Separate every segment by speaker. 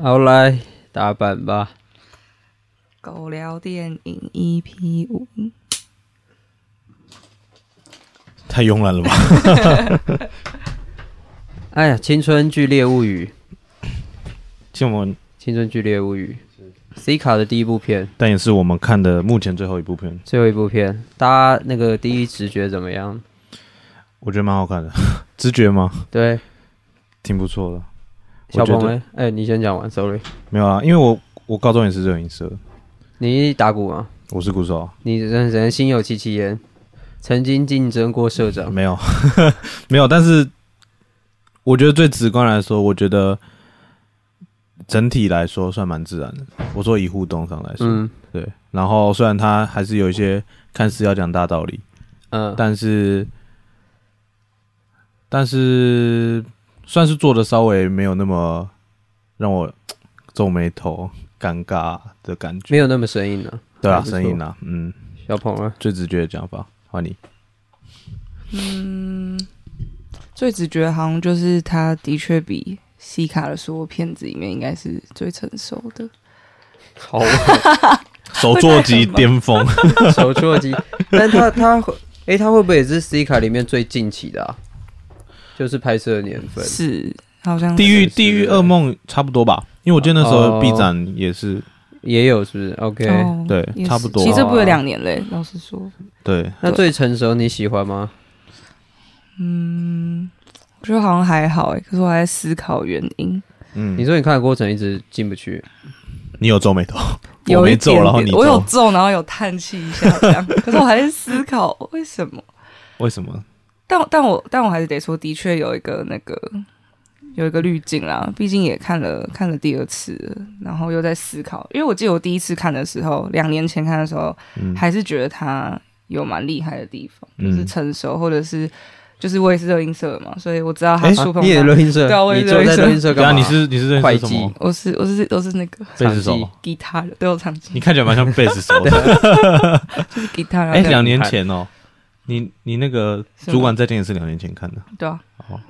Speaker 1: 好来打板吧。
Speaker 2: 狗聊电影 EP 五，
Speaker 3: 太慵懒了 吧？
Speaker 1: 哎呀，《青春剧烈物语》，《
Speaker 3: 其实我们
Speaker 1: 青春剧烈物语》C 卡的第一部片，
Speaker 3: 但也是我们看的目前最后一部片，
Speaker 1: 最后一部片，大家那个第一直觉怎么样？
Speaker 3: 我觉得蛮好看的， 直觉吗？
Speaker 1: 对，
Speaker 3: 挺不错的。
Speaker 1: 小
Speaker 3: 我觉
Speaker 1: 鹏
Speaker 3: 得
Speaker 1: 嘞，哎、你先讲完，sorry。
Speaker 3: 没有啊，因为我我高中也是热音社，
Speaker 1: 你打鼓吗？
Speaker 3: 我是鼓手啊，
Speaker 1: 你人人心有戚戚焉，曾经竞争过社长。
Speaker 3: 没有 没有，但是我觉得最直观来说，我觉得整体来说算蛮自然的。我说以互动上来说，
Speaker 1: 嗯
Speaker 3: 对。然后虽然他还是有一些看似要讲大道理，
Speaker 1: 嗯，
Speaker 3: 但是但是算是做的稍微没有那么让我皱眉头、尴尬的感觉。
Speaker 1: 没有那么生硬了。
Speaker 3: 对啊，
Speaker 1: 还不错
Speaker 3: 声音啊，嗯，
Speaker 1: 小鹏啊，
Speaker 3: 最直觉的讲法，换 你。
Speaker 2: 嗯最直觉好像就是他的确比西卡的所有片子里面应该是最成熟的。
Speaker 1: 好啊，
Speaker 3: 手作级巅峰，
Speaker 1: 手戳机，但他他会，哎、他会不会也是 C 卡里面最近期的啊？就是拍摄的年份。
Speaker 2: 是，好像
Speaker 3: 地狱
Speaker 1: 是
Speaker 3: 地狱噩梦差不多吧？因为我记得那时
Speaker 1: 哦
Speaker 3: 候 B 展也是
Speaker 1: 也有是不是？OK，、
Speaker 2: 哦
Speaker 3: 哎对
Speaker 2: 也是
Speaker 3: 差不多啊
Speaker 2: 其实这部有两年嘞，老实说，
Speaker 3: 对，
Speaker 1: 那最成熟你喜欢吗？
Speaker 2: 嗯，我觉得好像还好哎，可是我还在思考原因。
Speaker 3: 嗯，
Speaker 1: 你
Speaker 3: 你
Speaker 1: 说你看的过程一直进不去，
Speaker 3: 你有皱眉头，
Speaker 2: 有
Speaker 3: 我没
Speaker 2: 一
Speaker 3: 皱
Speaker 2: 点
Speaker 3: 然后
Speaker 2: 点
Speaker 3: 你
Speaker 2: 我有
Speaker 3: 皱
Speaker 2: 皱，然后有叹气一下这 样，可是我还在思考为什么。
Speaker 3: 为什么？
Speaker 2: 但但我但我还是得说，的确有一个那个有一个滤镜啦，毕竟也看了看了第二次了，然后又在思考，因为我记得我第一次看的时候，两年前看的时候，
Speaker 3: 嗯
Speaker 2: 还是觉得他有蛮厉害的地方，就是
Speaker 3: 嗯
Speaker 2: 成熟，或者是就是我也是热音社的嘛，所以我知道他
Speaker 3: 诶
Speaker 2: 触碰
Speaker 1: 你也
Speaker 2: 到。
Speaker 1: 录音社，
Speaker 2: 对啊我也
Speaker 1: 你坐在
Speaker 2: 录
Speaker 1: 录
Speaker 2: 音社
Speaker 1: 音社
Speaker 3: 对啊，
Speaker 1: 干嘛？
Speaker 3: 你是你是认
Speaker 1: 会
Speaker 3: 识
Speaker 1: 计
Speaker 3: 什么？
Speaker 2: 我是我是我是那个
Speaker 3: 贝斯
Speaker 1: 场
Speaker 3: 手
Speaker 1: 记，
Speaker 2: 吉他的，对我长期
Speaker 3: 你看起来蛮像贝斯 手的。
Speaker 2: 就是吉他，然
Speaker 3: 哎，
Speaker 2: 后跟
Speaker 3: 两年前哦，你你那个
Speaker 2: 是吗
Speaker 3: 主管再见也是两年前看的，
Speaker 2: 对啊，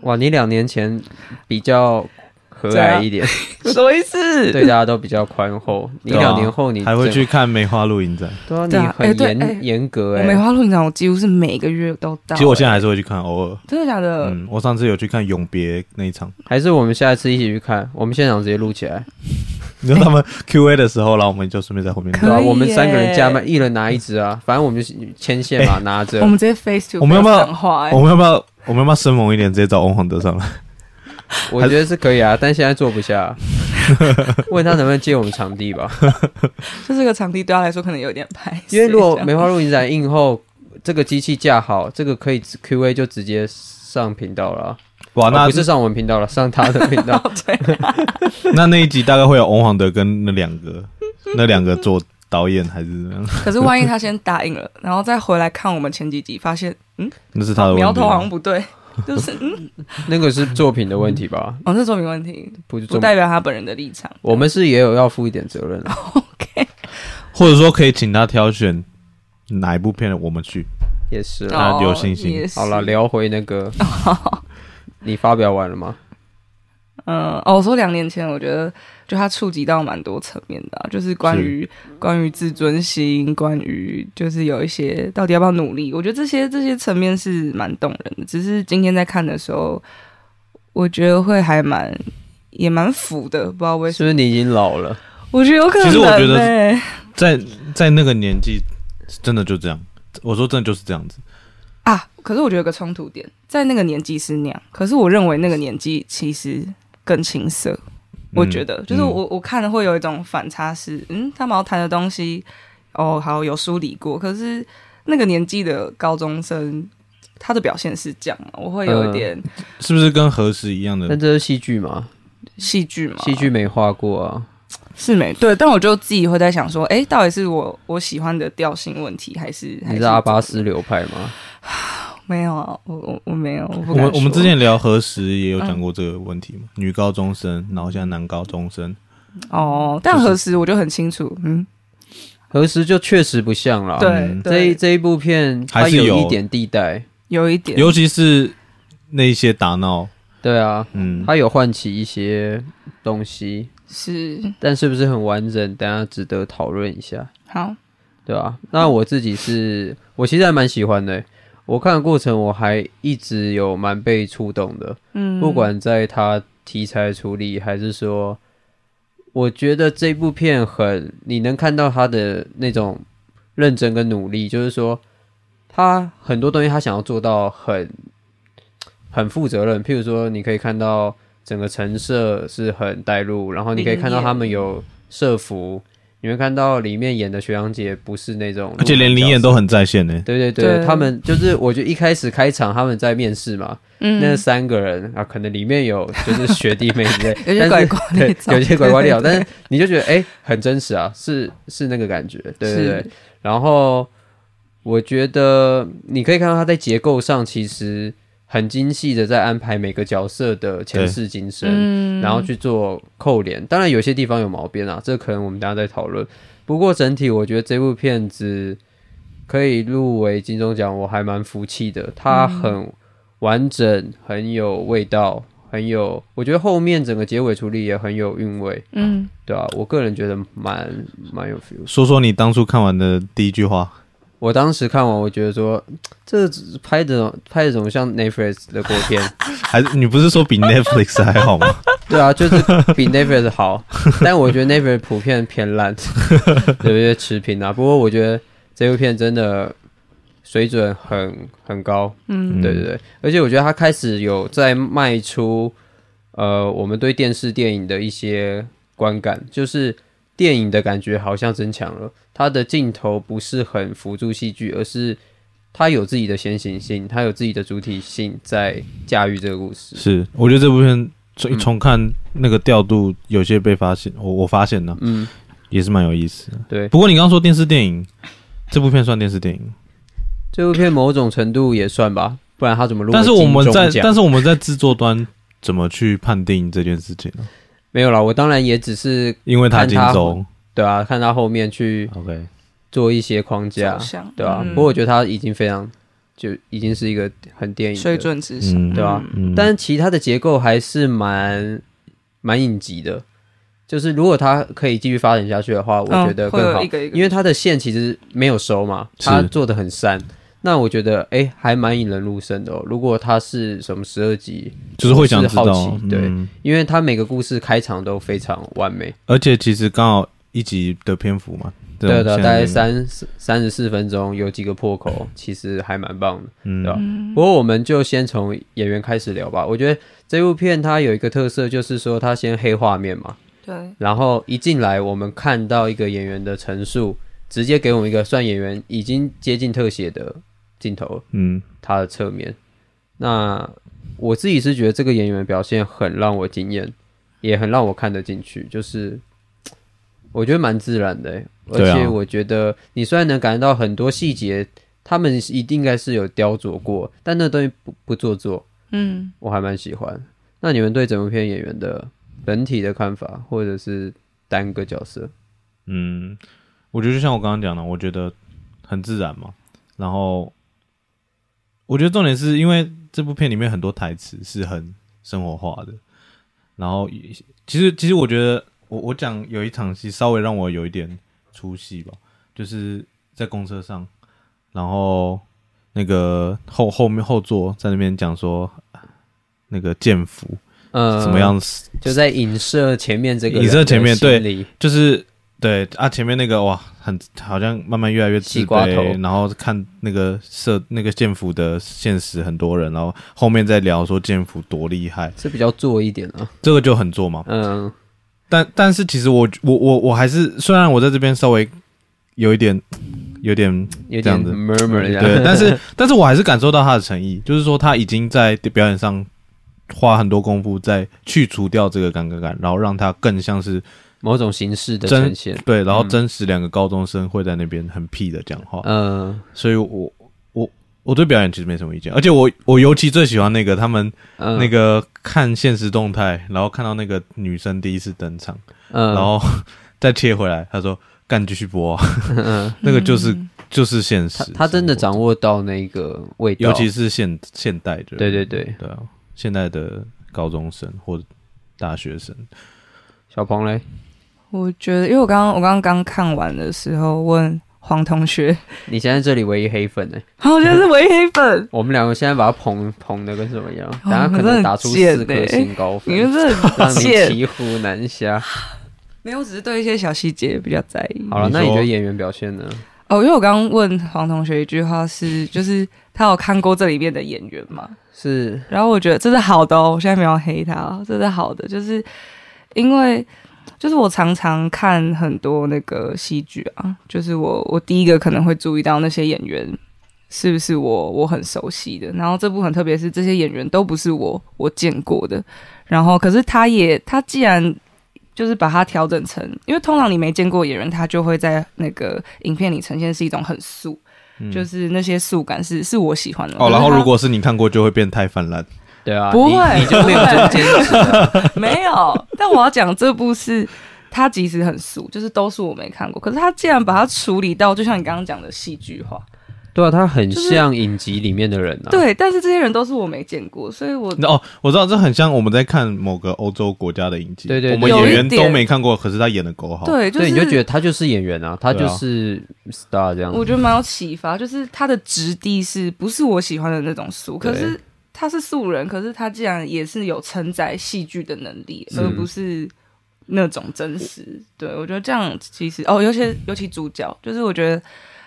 Speaker 1: 哇，你两年前比较和
Speaker 2: 啊
Speaker 1: 蔼一点，
Speaker 2: 什么意思？
Speaker 1: 对大家都比较宽厚。你
Speaker 3: 对啊
Speaker 1: 两年后你
Speaker 3: 还会
Speaker 1: 整
Speaker 3: 去看梅花鹿影展。
Speaker 1: 对啊，你
Speaker 2: 对啊哎
Speaker 1: 很
Speaker 2: 对哎
Speaker 1: 严严格
Speaker 2: 我
Speaker 1: 哎、
Speaker 2: 梅花鹿影展，我几乎是每个月都到。
Speaker 3: 其实我现在还是会去看，偶尔。
Speaker 2: 真的假的？
Speaker 3: 嗯，我上次有去看永别那一场，
Speaker 1: 还是我们下一次一起去看，我们现场直接录起来，
Speaker 3: 你知道他们 Q A 的时候，然后我们就顺便在后面
Speaker 2: 可
Speaker 1: 对
Speaker 3: 聊。
Speaker 1: 吧、
Speaker 2: 以
Speaker 1: 我们三个人
Speaker 2: 耶
Speaker 1: 加麦，一人拿一支 啊，反正我们就是牵线
Speaker 3: 哎
Speaker 1: 嘛，拿着
Speaker 2: 我。们直接 face to
Speaker 3: 我们要不要
Speaker 2: 讲话、欸？
Speaker 3: 我们要不要？我们要不要生猛一点，直接找翁宏德上
Speaker 2: 哦
Speaker 3: 来？
Speaker 1: 我觉得是可以啊，但现在做不 下。问他能不能借我们场地吧，
Speaker 2: 就这个场地对他来说可能有点排 斥，
Speaker 1: 因为如果
Speaker 2: 这样
Speaker 1: 梅花鹿影展映后，这个机器架好，这个可以 Q A 就直接上频道了啊。
Speaker 3: 哇，
Speaker 1: 哦
Speaker 3: 那
Speaker 1: 不是上我们频道了，上他的频道。
Speaker 3: 那那一集大概会有翁宏德跟那两个那两个做导演还是 怎么样？
Speaker 2: 可是万一他先答应了，然后再回来看我们前几集，发现嗯
Speaker 3: 那是他的
Speaker 2: 苗
Speaker 3: 问题
Speaker 2: 头。好像不对，就是 嗯，
Speaker 1: 那个是作品的问题吧？
Speaker 2: 哦，这说明问题，
Speaker 1: 不是
Speaker 2: 不
Speaker 1: 作品，
Speaker 2: 代表他哦本人的立场。
Speaker 1: 我们是也有要负一点责任的。
Speaker 2: OK，
Speaker 3: 或者说可以请他挑选哪一部片我们去。
Speaker 1: 也是
Speaker 2: 哦
Speaker 1: 啊。
Speaker 3: 他有信心
Speaker 2: 也是
Speaker 1: 好了，聊回那 个，你发表完了吗？
Speaker 2: 嗯，哦，我说两年前，我觉得就他触及到蛮多层面的啊、就是关于关于自尊心，关于就是有一些到底要不要努力，我觉得这些这些层面是蛮动人的。只是今天在看的时候，我觉得会还蛮也蛮腐的，不知道为什
Speaker 1: 是不是你已经老了？
Speaker 2: 么，我觉得有可能、欸。
Speaker 3: 其实我觉得在在那个年纪，真的就这样。我说真的就是这样子。
Speaker 2: 啊，可是我觉得有个冲突点，在那个年纪是那样，可是我认为那个年纪其实更青涩。我觉
Speaker 3: 嗯
Speaker 2: 得，就是我、我看了会有一种反差是，嗯，他们要谈的东西，哦，好有梳理过，可是那个年纪的高中生，他的表现是这样，我会有一点
Speaker 3: 是不是跟何时一样的
Speaker 2: 嗯
Speaker 1: 但这是戏剧嘛，
Speaker 2: 戏剧嘛，
Speaker 1: 戏剧没画过啊。
Speaker 2: 是没对，但我就自己会在想说，诶，到底是我我喜欢的调性问题，还是还
Speaker 1: 你
Speaker 2: 是
Speaker 1: 是阿巴斯流派吗？
Speaker 2: 没有啊，我我我没有，我不
Speaker 3: 我
Speaker 2: 敢
Speaker 3: 们我
Speaker 2: 说
Speaker 3: 们之前聊何时也有讲过这个问题嘛，
Speaker 1: 嗯
Speaker 3: 女高中生，然后现在男高中生，
Speaker 2: 哦，但何时我就很清楚，嗯，
Speaker 1: 何时就确实不像了。
Speaker 2: 对，
Speaker 1: 这
Speaker 2: 对
Speaker 1: 啊嗯一这一部片它
Speaker 3: 还是有
Speaker 1: 一点地带，
Speaker 2: 有一点
Speaker 3: 尤其是那一些打闹，
Speaker 1: 对啊，
Speaker 3: 嗯，
Speaker 1: 它有唤起一些东西，
Speaker 2: 是
Speaker 1: 但是不是很完整？等一下值得讨论一下，
Speaker 2: 好，
Speaker 1: 对吧、那我自己是，我其实还蛮喜欢的欸、我看的过程，我还一直有蛮被触动的。
Speaker 2: 嗯，
Speaker 1: 不管在它题材处理，还是说，我觉得这部片很，你能看到他的那种认真跟努力，就是说，他很多东西他想要做到很很负责任。譬如说，你可以看到整个陈设是很带入，然后你可以看到他们有设服，你会看到里面演的学长姐不是那种，
Speaker 3: 而且连灵眼都。很在线呢、
Speaker 1: 对对对，
Speaker 2: 对
Speaker 1: 他们就是我觉得一开始开场他们在面试嘛，
Speaker 2: 嗯
Speaker 1: 那三个人啊，可能里面有 就是学弟妹之类
Speaker 2: ，有些
Speaker 1: 但是
Speaker 2: 拐瓜裂枣
Speaker 1: 对，有些拐瓜裂枣，
Speaker 2: 对
Speaker 1: 但是你就觉得哎、很真实啊，是是那个感觉，对对对
Speaker 2: 是。
Speaker 1: 然后我觉得你可以看到他在结构上其实很精细的在安排每个角色的前世今生，
Speaker 2: 嗯
Speaker 1: 然后去做扣连。当然有些地方有毛边啊，这可能我们等一下再讨论。不过整体我觉得这部片子可以入围金钟奖，我还蛮服气的。它很完整，很有味道，很有，我觉得后面整个结尾处理也很有韵味，
Speaker 2: 嗯，
Speaker 1: 对啊，我个人觉得蛮蛮有 feel。
Speaker 3: 说说你当初看完的第一句话，
Speaker 1: 我当时看完，我觉得说这拍的拍的怎么像 Netflix 的国片？
Speaker 3: 还是你不是说比 Netflix 还好吗？
Speaker 1: 对啊，就是比 Netflix 好，但我觉得 Netflix 普遍偏烂，有一些持平啊。不过我觉得这部片真的水准很很高，
Speaker 2: 嗯
Speaker 1: 对对对，而且我觉得他开始有在迈出呃我们对电视电影的一些观感，就是电影的感觉好像增强了，它的镜头不是很辅助戏剧，而是它有自己的先行性，它有自己的主体性在驾驭这个故事。
Speaker 3: 嗯是，我觉得这部片从
Speaker 1: 嗯
Speaker 3: 从看那个调度，有些被发现，我我发现了，
Speaker 1: 嗯，
Speaker 3: 也是蛮有意思的。
Speaker 1: 对，
Speaker 3: 不过你刚刚说电视电影，这部片算电视电影，
Speaker 1: 这部片某种程度也算吧，不然他怎么录？
Speaker 3: 但是我们在但是我们在制作端怎么去判定这件事情呢？
Speaker 1: 没有啦，我当然也只是
Speaker 3: 因为它金
Speaker 1: 看它
Speaker 3: 钟
Speaker 1: 对啊，看他后面去
Speaker 3: ，OK，
Speaker 1: 做一些框架
Speaker 2: 走，向
Speaker 1: 对啊。
Speaker 2: 嗯
Speaker 1: 不过我觉得他已经非常，就已经是一个很电影的
Speaker 2: 水，准之上，
Speaker 3: 嗯，
Speaker 1: 对吧、
Speaker 3: 嗯
Speaker 1: 但其他的结构还是蛮蛮影集的，就是如果它可以继续发展下去的话，我
Speaker 2: 嗯
Speaker 1: 觉得
Speaker 2: 会
Speaker 1: 更
Speaker 2: 有
Speaker 1: 好，
Speaker 2: 一个一个
Speaker 1: 因为它的线其实没有收嘛，
Speaker 3: 是
Speaker 1: 它做的很散。那我觉得，哎、还蛮引人入胜的哦。如果它是什么十二集，
Speaker 3: 就是会想知
Speaker 1: 我
Speaker 3: 道
Speaker 1: 是好奇，对
Speaker 3: 嗯
Speaker 1: 因为它每个故事开场都非常完美，
Speaker 3: 而且其实刚好一集的篇幅嘛，这种
Speaker 1: 对的，
Speaker 3: 现
Speaker 1: 大概
Speaker 3: 在这个，
Speaker 1: 三三十四分钟，有几个破口，其实还蛮棒的，
Speaker 3: 嗯
Speaker 1: 对吧？不过我们就先从演员开始聊吧。我觉得这部片它有一个特色，就是说它先黑画面嘛，
Speaker 2: 对，
Speaker 1: 然后一进来我们看到一个演员的陈述，直接给我们一个算演员已经接近特写的镜头，
Speaker 3: 嗯，
Speaker 1: 他的侧面。那我自己是觉得这个演员表现很让我惊艳，也很让我看得进去，就是嘖我觉得蛮自然的欸、而
Speaker 3: 对啊
Speaker 1: 且我觉得你虽然能感觉到很多细节，他们一定应该是有雕琢过，但那东西不不做作，
Speaker 2: 嗯，
Speaker 1: 我还蛮喜欢。那你们对整部片演员的整体的看法，或者是单个角色？
Speaker 3: 嗯，我觉得就像我刚刚讲的，我觉得很自然嘛。然后，我觉得重点是因为这部片里面很多台词是很生活化的。然后也，其实其实我觉得我我讲有一场戏稍微让我有一点出戏吧，就是在公车上，然后那个后后面后座在那边讲说那个剑服
Speaker 1: 嗯，
Speaker 3: 怎么？样
Speaker 1: 就在影射前面这个人
Speaker 3: 影射前面
Speaker 1: 的心
Speaker 3: 对
Speaker 1: 理
Speaker 3: 就是对啊，前面那个哇，很好像慢慢越来越自
Speaker 1: 西瓜头
Speaker 3: 卑，然后看那个社那个剑府的现实，很多人，然后后面再聊说剑府多厉害，
Speaker 1: 是比较做一点啊。
Speaker 3: 这个就很做嘛。
Speaker 1: 嗯，
Speaker 3: 但但是其实我我我我还是，虽然我在这边稍微有一点有点
Speaker 1: 有
Speaker 3: 这
Speaker 1: 点
Speaker 3: 样子
Speaker 1: murmur 一下
Speaker 3: 对，但是 但是我还是感受到他的诚意，就是说他已经在表演上花很多功夫，在去除掉这个尴尬感，然后让他更像是
Speaker 1: 某种形式的
Speaker 3: 真
Speaker 1: 呈现。
Speaker 3: 对，然后
Speaker 1: 嗯
Speaker 3: 真实两个高中生会在那边很屁的讲话，
Speaker 1: 嗯
Speaker 3: 所以我我我对表演其实没什么意见，而且我我尤其最喜欢那个他们
Speaker 1: 嗯，
Speaker 3: 那个看现实动态，然后看到那个女生第一次登场，
Speaker 1: 嗯，
Speaker 3: 然后 再切回来，他说干继续播、啊，
Speaker 1: 嗯，
Speaker 3: 那个就是
Speaker 2: 嗯
Speaker 3: 就是现
Speaker 1: 他
Speaker 3: 实，
Speaker 1: 他真的掌，握到那个味道，
Speaker 3: 尤其是现现代的，
Speaker 1: 对对对，
Speaker 3: 对啊，现代的高中生或者大学生，
Speaker 1: 小鹏嘞，
Speaker 2: 我觉得，因为我刚刚我刚刚刚看完的时候问黄同学，
Speaker 1: 你现在这里唯一黑粉哎、
Speaker 2: 然后我觉得是唯一黑粉，
Speaker 1: 我们两个现在把他捧捧的跟什么一样，
Speaker 2: 哦
Speaker 1: 等下可能打出四
Speaker 2: 真的很
Speaker 1: 颗
Speaker 2: 贱欸
Speaker 1: 星高
Speaker 2: 你们
Speaker 1: 分，
Speaker 2: 真的
Speaker 1: 让
Speaker 2: 很
Speaker 1: 你
Speaker 2: 贱。
Speaker 1: 骑虎难下。
Speaker 2: 没有，我只是对一些小细节比较在意。
Speaker 1: 好了，
Speaker 3: 嗯你
Speaker 1: 那你
Speaker 3: 说
Speaker 1: 觉得演员表现呢？
Speaker 2: 哦，因为我刚刚问黄同学一句话是，就是他有看过这里面的演员嘛？
Speaker 1: 是
Speaker 2: 然后我觉得这是好的哦，我现在没有黑他、哦，这是好的，就是因为就是我常常看很多那个戏剧啊，就是我我第一个可能会注意到那些演员是不是我我很熟悉的，然后这部很特别是这些演员都不是我我见过的，然后可是他也他既然就是把它调整成，因为通常你没见过演员，他就会在那个影片里呈现是一种很素，
Speaker 3: 嗯
Speaker 2: 就是那些素感是是我喜欢的。
Speaker 3: 哦，然
Speaker 2: 可
Speaker 3: 后
Speaker 2: 是他
Speaker 3: 如果是你看过，就会变太泛滥。
Speaker 1: 对啊，
Speaker 2: 不
Speaker 1: 你
Speaker 2: 会
Speaker 1: 你就没有中间 值。
Speaker 2: 没有，但我要讲这部是它即使很俗，就是都是我没看过，可是它竟然把它处理到，就像你刚刚讲的戏剧化。
Speaker 1: 对啊，他很
Speaker 2: 就是
Speaker 1: 像影集里面的人啊。，
Speaker 2: 对，但是这些人都是我没见过，所以我
Speaker 3: 哦，我知道这很像我们在看某个欧洲国家的影集，
Speaker 1: 对对对
Speaker 3: 我们
Speaker 2: 有
Speaker 3: 演
Speaker 2: 一
Speaker 3: 员都
Speaker 2: 点
Speaker 3: 没看过，可是他演的够好。，
Speaker 2: 对，就
Speaker 1: 所
Speaker 2: 是
Speaker 1: 以你就觉得他就是演员啊，他
Speaker 3: 对
Speaker 1: 就
Speaker 3: 啊
Speaker 1: 是 star 这样。
Speaker 2: 我觉得蛮有启发，就是他的质地是不是我喜欢的那种俗？
Speaker 1: 对
Speaker 2: 可是他是素人，可是他竟然也是有承载戏剧的能力，
Speaker 1: 是
Speaker 2: 而不是那种真实。对我觉得这样其实哦，尤其尤其主角，就是我觉得。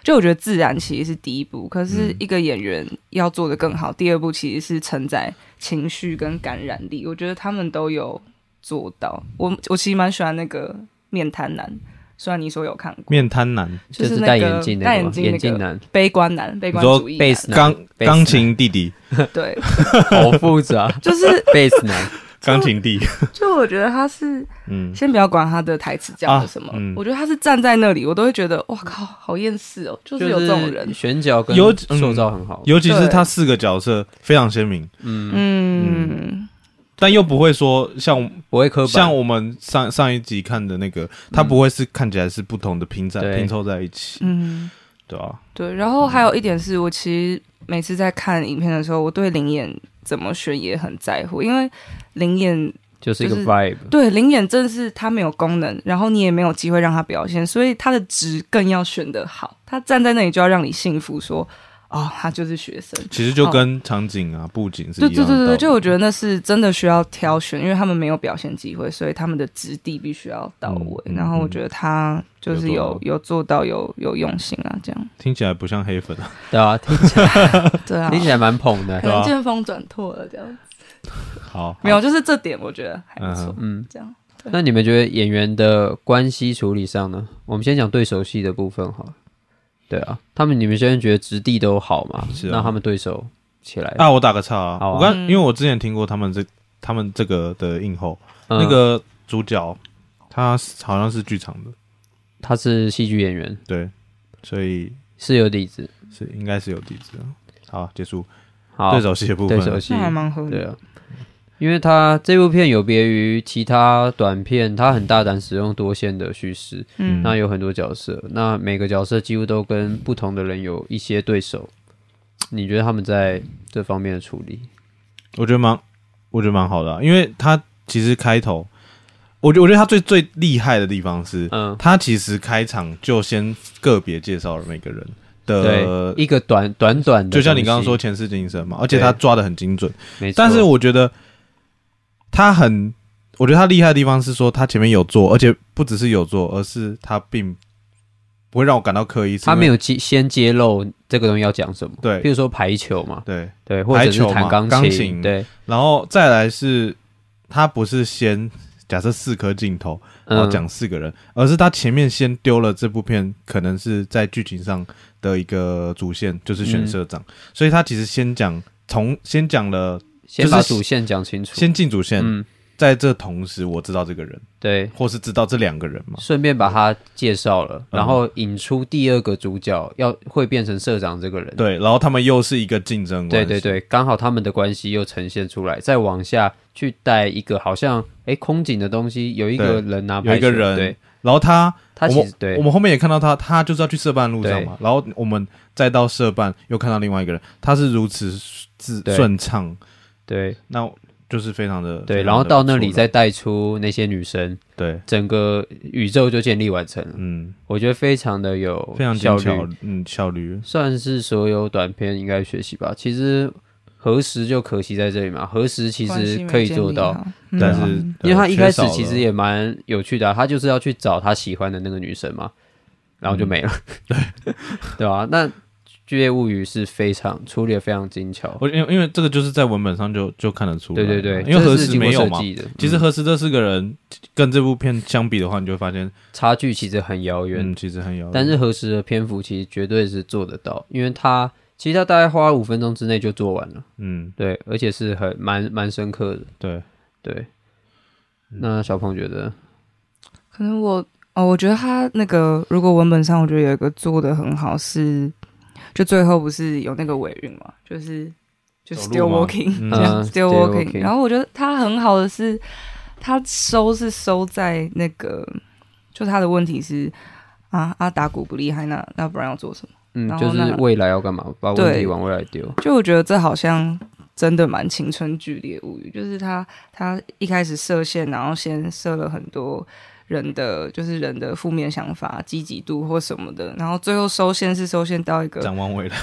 Speaker 2: 就我觉得自然其实是第一步，可
Speaker 3: 嗯
Speaker 2: 是一个演员要做的更好，第二步其实是承载情绪跟感染力。我觉得他们都有做到。我我其实蛮喜欢那个面瘫男，虽然你说有看过，
Speaker 3: 面瘫男，
Speaker 1: 就
Speaker 2: 就是是
Speaker 1: 戴
Speaker 2: 那个
Speaker 1: 眼镜
Speaker 2: 戴
Speaker 1: 那
Speaker 2: 眼
Speaker 1: 个
Speaker 2: 镜那
Speaker 1: 眼镜
Speaker 2: 个
Speaker 1: 男，
Speaker 2: 悲观男，悲观
Speaker 3: 你说
Speaker 2: 主义
Speaker 1: 贝
Speaker 2: 男，
Speaker 1: 斯
Speaker 3: 钢
Speaker 1: 男
Speaker 3: 钢琴弟弟，
Speaker 2: 对，
Speaker 1: 好复杂，
Speaker 2: 就是
Speaker 1: 贝斯啊男。
Speaker 3: 钢琴 弟，
Speaker 2: 就我觉得他是
Speaker 3: 嗯，
Speaker 2: 先不要管他的台词讲了
Speaker 3: 啊
Speaker 2: 什么，
Speaker 3: 嗯
Speaker 2: 我觉得他是站在那里，我都会觉得哇靠，好厌世哦，就是有这种人，
Speaker 1: 选角跟
Speaker 3: 有嗯
Speaker 1: 塑造很好。
Speaker 3: 尤其是
Speaker 2: 对
Speaker 3: 他四个角色非常鲜明，
Speaker 2: 嗯，
Speaker 3: 但又不会说像
Speaker 1: 不会刻板，
Speaker 3: 像我们上上一集看的那个，他不会是看起来是不同的拼在
Speaker 1: 对
Speaker 3: 拼凑在一起，
Speaker 2: 嗯，
Speaker 3: 对吧？
Speaker 2: 对。然后还有一点是我其实每次在看影片的时候，我对灵眼怎么选也很在乎，因为灵眼
Speaker 1: 就是一个
Speaker 2: 就是
Speaker 1: vibe，
Speaker 2: 对灵眼正是它没有功能，然后你也没有机会让它表现，所以它的值更要选得好。它站在那里就要让你信服说，哦，他就是学生。哦
Speaker 3: 其实就跟场景啊、布景是
Speaker 2: 对
Speaker 3: 一
Speaker 2: 对
Speaker 3: 样的道
Speaker 2: 对
Speaker 3: 理。
Speaker 2: 对对，就我觉得那是真的需要挑选，因为他们没有表现机会，所以他们的质地必须要到位。
Speaker 3: 嗯嗯
Speaker 2: 然后我觉得他就是有有做到有有用心啊，这样
Speaker 3: 听起来不像黑粉 啊，
Speaker 1: 对啊，听起 来
Speaker 2: 对啊，
Speaker 1: 听起来蛮捧的
Speaker 2: 可。
Speaker 3: 对啊
Speaker 2: 能见风转舵了这样。
Speaker 3: 好，
Speaker 2: 没有，就是这点我觉得还不错。
Speaker 1: 嗯，
Speaker 2: 这样
Speaker 1: 那你们觉得演员的关系处理上呢？我们先讲对手戏的部分好了。对啊，他们你们现在觉得质地都好嘛？
Speaker 3: 是啊
Speaker 1: 那他们对手起来，
Speaker 3: 啊，我打个岔啊，
Speaker 1: 好啊
Speaker 3: 我刚
Speaker 2: 嗯
Speaker 3: 因为我之前听过他们这他们这个的映后，
Speaker 1: 嗯
Speaker 3: 那个主角他好像是剧场的，
Speaker 1: 他是戏剧演员，
Speaker 3: 对，所以
Speaker 1: 是有底子。
Speaker 3: 是应该是有底子的。好，结束
Speaker 1: 好，
Speaker 3: 对手戏的部分。
Speaker 1: 对手戏
Speaker 2: 那还蛮合理
Speaker 1: 对。啊，因为他这部片有别于其他短片，他很大胆使用多线的叙事，
Speaker 2: 嗯
Speaker 1: 那有很多角色，那每个角色几乎都跟不同的人有一些对手。你觉得他们在这方面的处理？
Speaker 3: 我觉得蛮，我觉得蛮好的啊、因为他其实开头，我觉我觉得他最最厉害的地方是，
Speaker 1: 嗯，
Speaker 3: 他其实开场就先个别介绍了每个人的
Speaker 1: 对，，一个短短短的，
Speaker 3: 呃就像你刚刚说，前世今生嘛，而且
Speaker 1: 对
Speaker 3: 他抓的很精准。
Speaker 1: 没错，
Speaker 3: 但是我觉得他很，我觉得他厉害的地方是说他前面有做，而且不只是有做，而是他并不会让我感到刻意。是因为
Speaker 1: 他没有揭先揭露这个东西要讲什么，
Speaker 3: 对
Speaker 1: 比如说排球嘛，
Speaker 3: 对，
Speaker 1: 对，或者是
Speaker 3: 排球
Speaker 1: 弹
Speaker 3: 嘛
Speaker 1: 钢
Speaker 3: 钢琴
Speaker 1: 对，
Speaker 3: 然后再来是他不是先假设四颗镜头，然后
Speaker 1: 嗯，
Speaker 3: 哦讲四个人，而是他前面先丢了这部片可能是在剧情上的一个主线，就是选社长，
Speaker 1: 嗯
Speaker 3: 所以他其实先讲从先讲了
Speaker 1: 先
Speaker 3: 就是
Speaker 1: 把主线讲清楚，
Speaker 3: 先进主线，
Speaker 1: 嗯，
Speaker 3: 在这同时我知道这个人，
Speaker 1: 对，
Speaker 3: 或是知道这两个人嘛，
Speaker 1: 顺便把他介绍了，
Speaker 3: 嗯
Speaker 1: 然后引出第二个主角要会变成社长这个人。
Speaker 3: 对，然后他们又是一个竞争关
Speaker 1: 对
Speaker 3: 系，
Speaker 1: 对对，刚好他们的关系又呈现出来，再往下去带一个好像诶空警的东西，有一个人拿
Speaker 3: 有一个
Speaker 1: 排球
Speaker 3: 人
Speaker 1: 对
Speaker 3: 然后他
Speaker 1: 他
Speaker 3: 我
Speaker 1: 其
Speaker 3: 们
Speaker 1: 实对
Speaker 3: 我们后面也看到他，他就是要去社办路上
Speaker 1: 对
Speaker 3: 嘛，然后我们再到社办又看到另外一个人，他是如此自
Speaker 1: 对
Speaker 3: 顺畅，
Speaker 1: 对，
Speaker 3: 那。就是非常的
Speaker 1: 对，然后到那里
Speaker 3: 非常
Speaker 1: 再
Speaker 3: 地
Speaker 1: 带出那些女生，
Speaker 3: 不错了对，
Speaker 1: 整个宇宙就建立完成了。
Speaker 3: 嗯，
Speaker 1: 我觉得非常的有
Speaker 3: 非常
Speaker 1: 效
Speaker 3: 精
Speaker 1: 率，
Speaker 3: 巧，嗯，效率，
Speaker 1: 算是所有短片应该学习吧。其实何时就可惜在这里嘛，何时其
Speaker 2: 关系
Speaker 1: 实
Speaker 2: 没
Speaker 1: 可以
Speaker 2: 建
Speaker 1: 做
Speaker 2: 立
Speaker 1: 到，
Speaker 2: 好，
Speaker 3: 但
Speaker 2: 嗯
Speaker 3: 是
Speaker 1: 啊因
Speaker 3: 呃
Speaker 1: 为他一开始其实
Speaker 3: 也
Speaker 1: 也蛮有趣的啊、他就是要去找他喜欢的那个女生嘛，然后就 没了， 对对吧？那《巨业物语》是非常处理的非常精巧，
Speaker 3: 我因为因为这个就是在文本上就就看得出来
Speaker 1: 对
Speaker 3: 了，
Speaker 1: 对对，
Speaker 3: 因为
Speaker 1: 这
Speaker 3: 何
Speaker 1: 是
Speaker 3: 时
Speaker 1: 经
Speaker 3: 没
Speaker 1: 过
Speaker 3: 有
Speaker 1: 设
Speaker 3: 嘛。
Speaker 1: 计的，
Speaker 3: 其实
Speaker 1: 嗯
Speaker 3: 何时这四个人跟这部片相比的话，你就会发现，
Speaker 1: 差距其实很遥远，
Speaker 3: 嗯，其实很有。
Speaker 1: 但是何时的篇幅其实绝对是做得到，因为他其实他大概花五分钟之内就做完了，
Speaker 3: 嗯，
Speaker 1: 对，而且是很蛮蛮深刻的，
Speaker 3: 对，
Speaker 1: 对。
Speaker 3: 嗯
Speaker 1: 那小鹏觉得，
Speaker 2: 可能我哦，我觉得他那个如果文本上，我觉得有一个做的很好是，就最后不是有那个尾韵嘛，就是就
Speaker 3: 走
Speaker 2: still
Speaker 3: 路吗
Speaker 2: walking，、
Speaker 3: 嗯
Speaker 2: 这样 still
Speaker 1: still
Speaker 2: walking，,
Speaker 1: walking
Speaker 2: 然后我觉得他很好的是，他收是收在那个，就他的问题是啊阿达古不厉害，那那不然要做什么？
Speaker 1: 嗯，
Speaker 2: 然
Speaker 1: 就
Speaker 2: 后
Speaker 1: 是
Speaker 2: 那
Speaker 1: 未来要干嘛，把问题
Speaker 2: 对
Speaker 1: 往未来丢，
Speaker 2: 就我觉得这好像真的蛮青春剧烈无语，就是他他一开始设限，然后先设了很多人的就是人的负面想法、积极度或什么的，然后最后收线是收线到一个，
Speaker 3: 展望未来，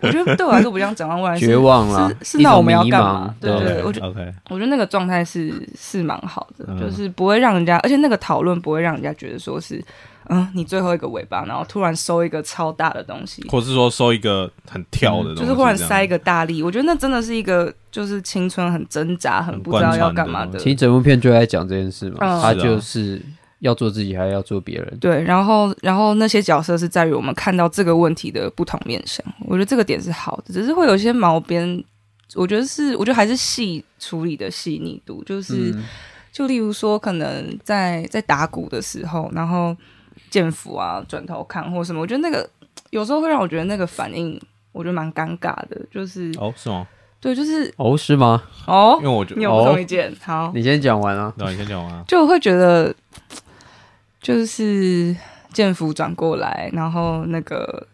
Speaker 2: 我觉得对我来说不像展望未 来，
Speaker 1: 绝
Speaker 2: 是
Speaker 1: 望啦，
Speaker 2: 是是
Speaker 1: 一种
Speaker 2: 那我们要
Speaker 1: 迷
Speaker 2: 干
Speaker 1: 茫
Speaker 2: 嘛
Speaker 1: 对
Speaker 2: 对对
Speaker 3: OK，
Speaker 2: 对我觉
Speaker 3: OK，
Speaker 2: 我觉得那个状态是是蛮好的，
Speaker 3: 嗯
Speaker 2: 就是不会让人家，而且那个讨论不会让人家觉得说是。嗯，你最后一个尾巴，然后突然收一个超大的东西，
Speaker 3: 或是说收一个很跳的东
Speaker 2: 嗯
Speaker 3: 西，
Speaker 2: 就是忽然
Speaker 3: 这样
Speaker 2: 塞一个大力，我觉得那真的是一个就是青春很挣扎、很不知
Speaker 3: 贯
Speaker 2: 道
Speaker 3: 穿
Speaker 2: 要
Speaker 3: 的
Speaker 2: 干嘛
Speaker 3: 东
Speaker 2: 的
Speaker 3: 西
Speaker 1: 其。实整部片就在讲这件事嘛，
Speaker 2: 嗯
Speaker 1: 他
Speaker 3: 是啊
Speaker 1: 就是要做自己，还要做别人。
Speaker 2: 对，然后然后那些角色是在于我们看到这个问题的不同面向，我觉得这个点是好的，只是会有一些毛边，我觉得是我觉得还是细处理的细腻度，就是、
Speaker 1: 嗯，
Speaker 2: 就例如说可能在在打鼓的时候，然后剑斧啊转头看或什么，我觉得那个有时候会让我觉得那个反应我觉得蛮尴尬的，就是、
Speaker 3: 哦，是吗？
Speaker 2: 对，就是
Speaker 1: 哦，是吗？
Speaker 2: 哦
Speaker 3: 因为，我觉
Speaker 2: 你
Speaker 3: 得，
Speaker 2: 有
Speaker 1: 哦
Speaker 2: 不同意见，好，
Speaker 1: 你先讲完啊。
Speaker 3: 那你先讲完啊。
Speaker 2: 就会觉得，就是剑福转过来，然后那个，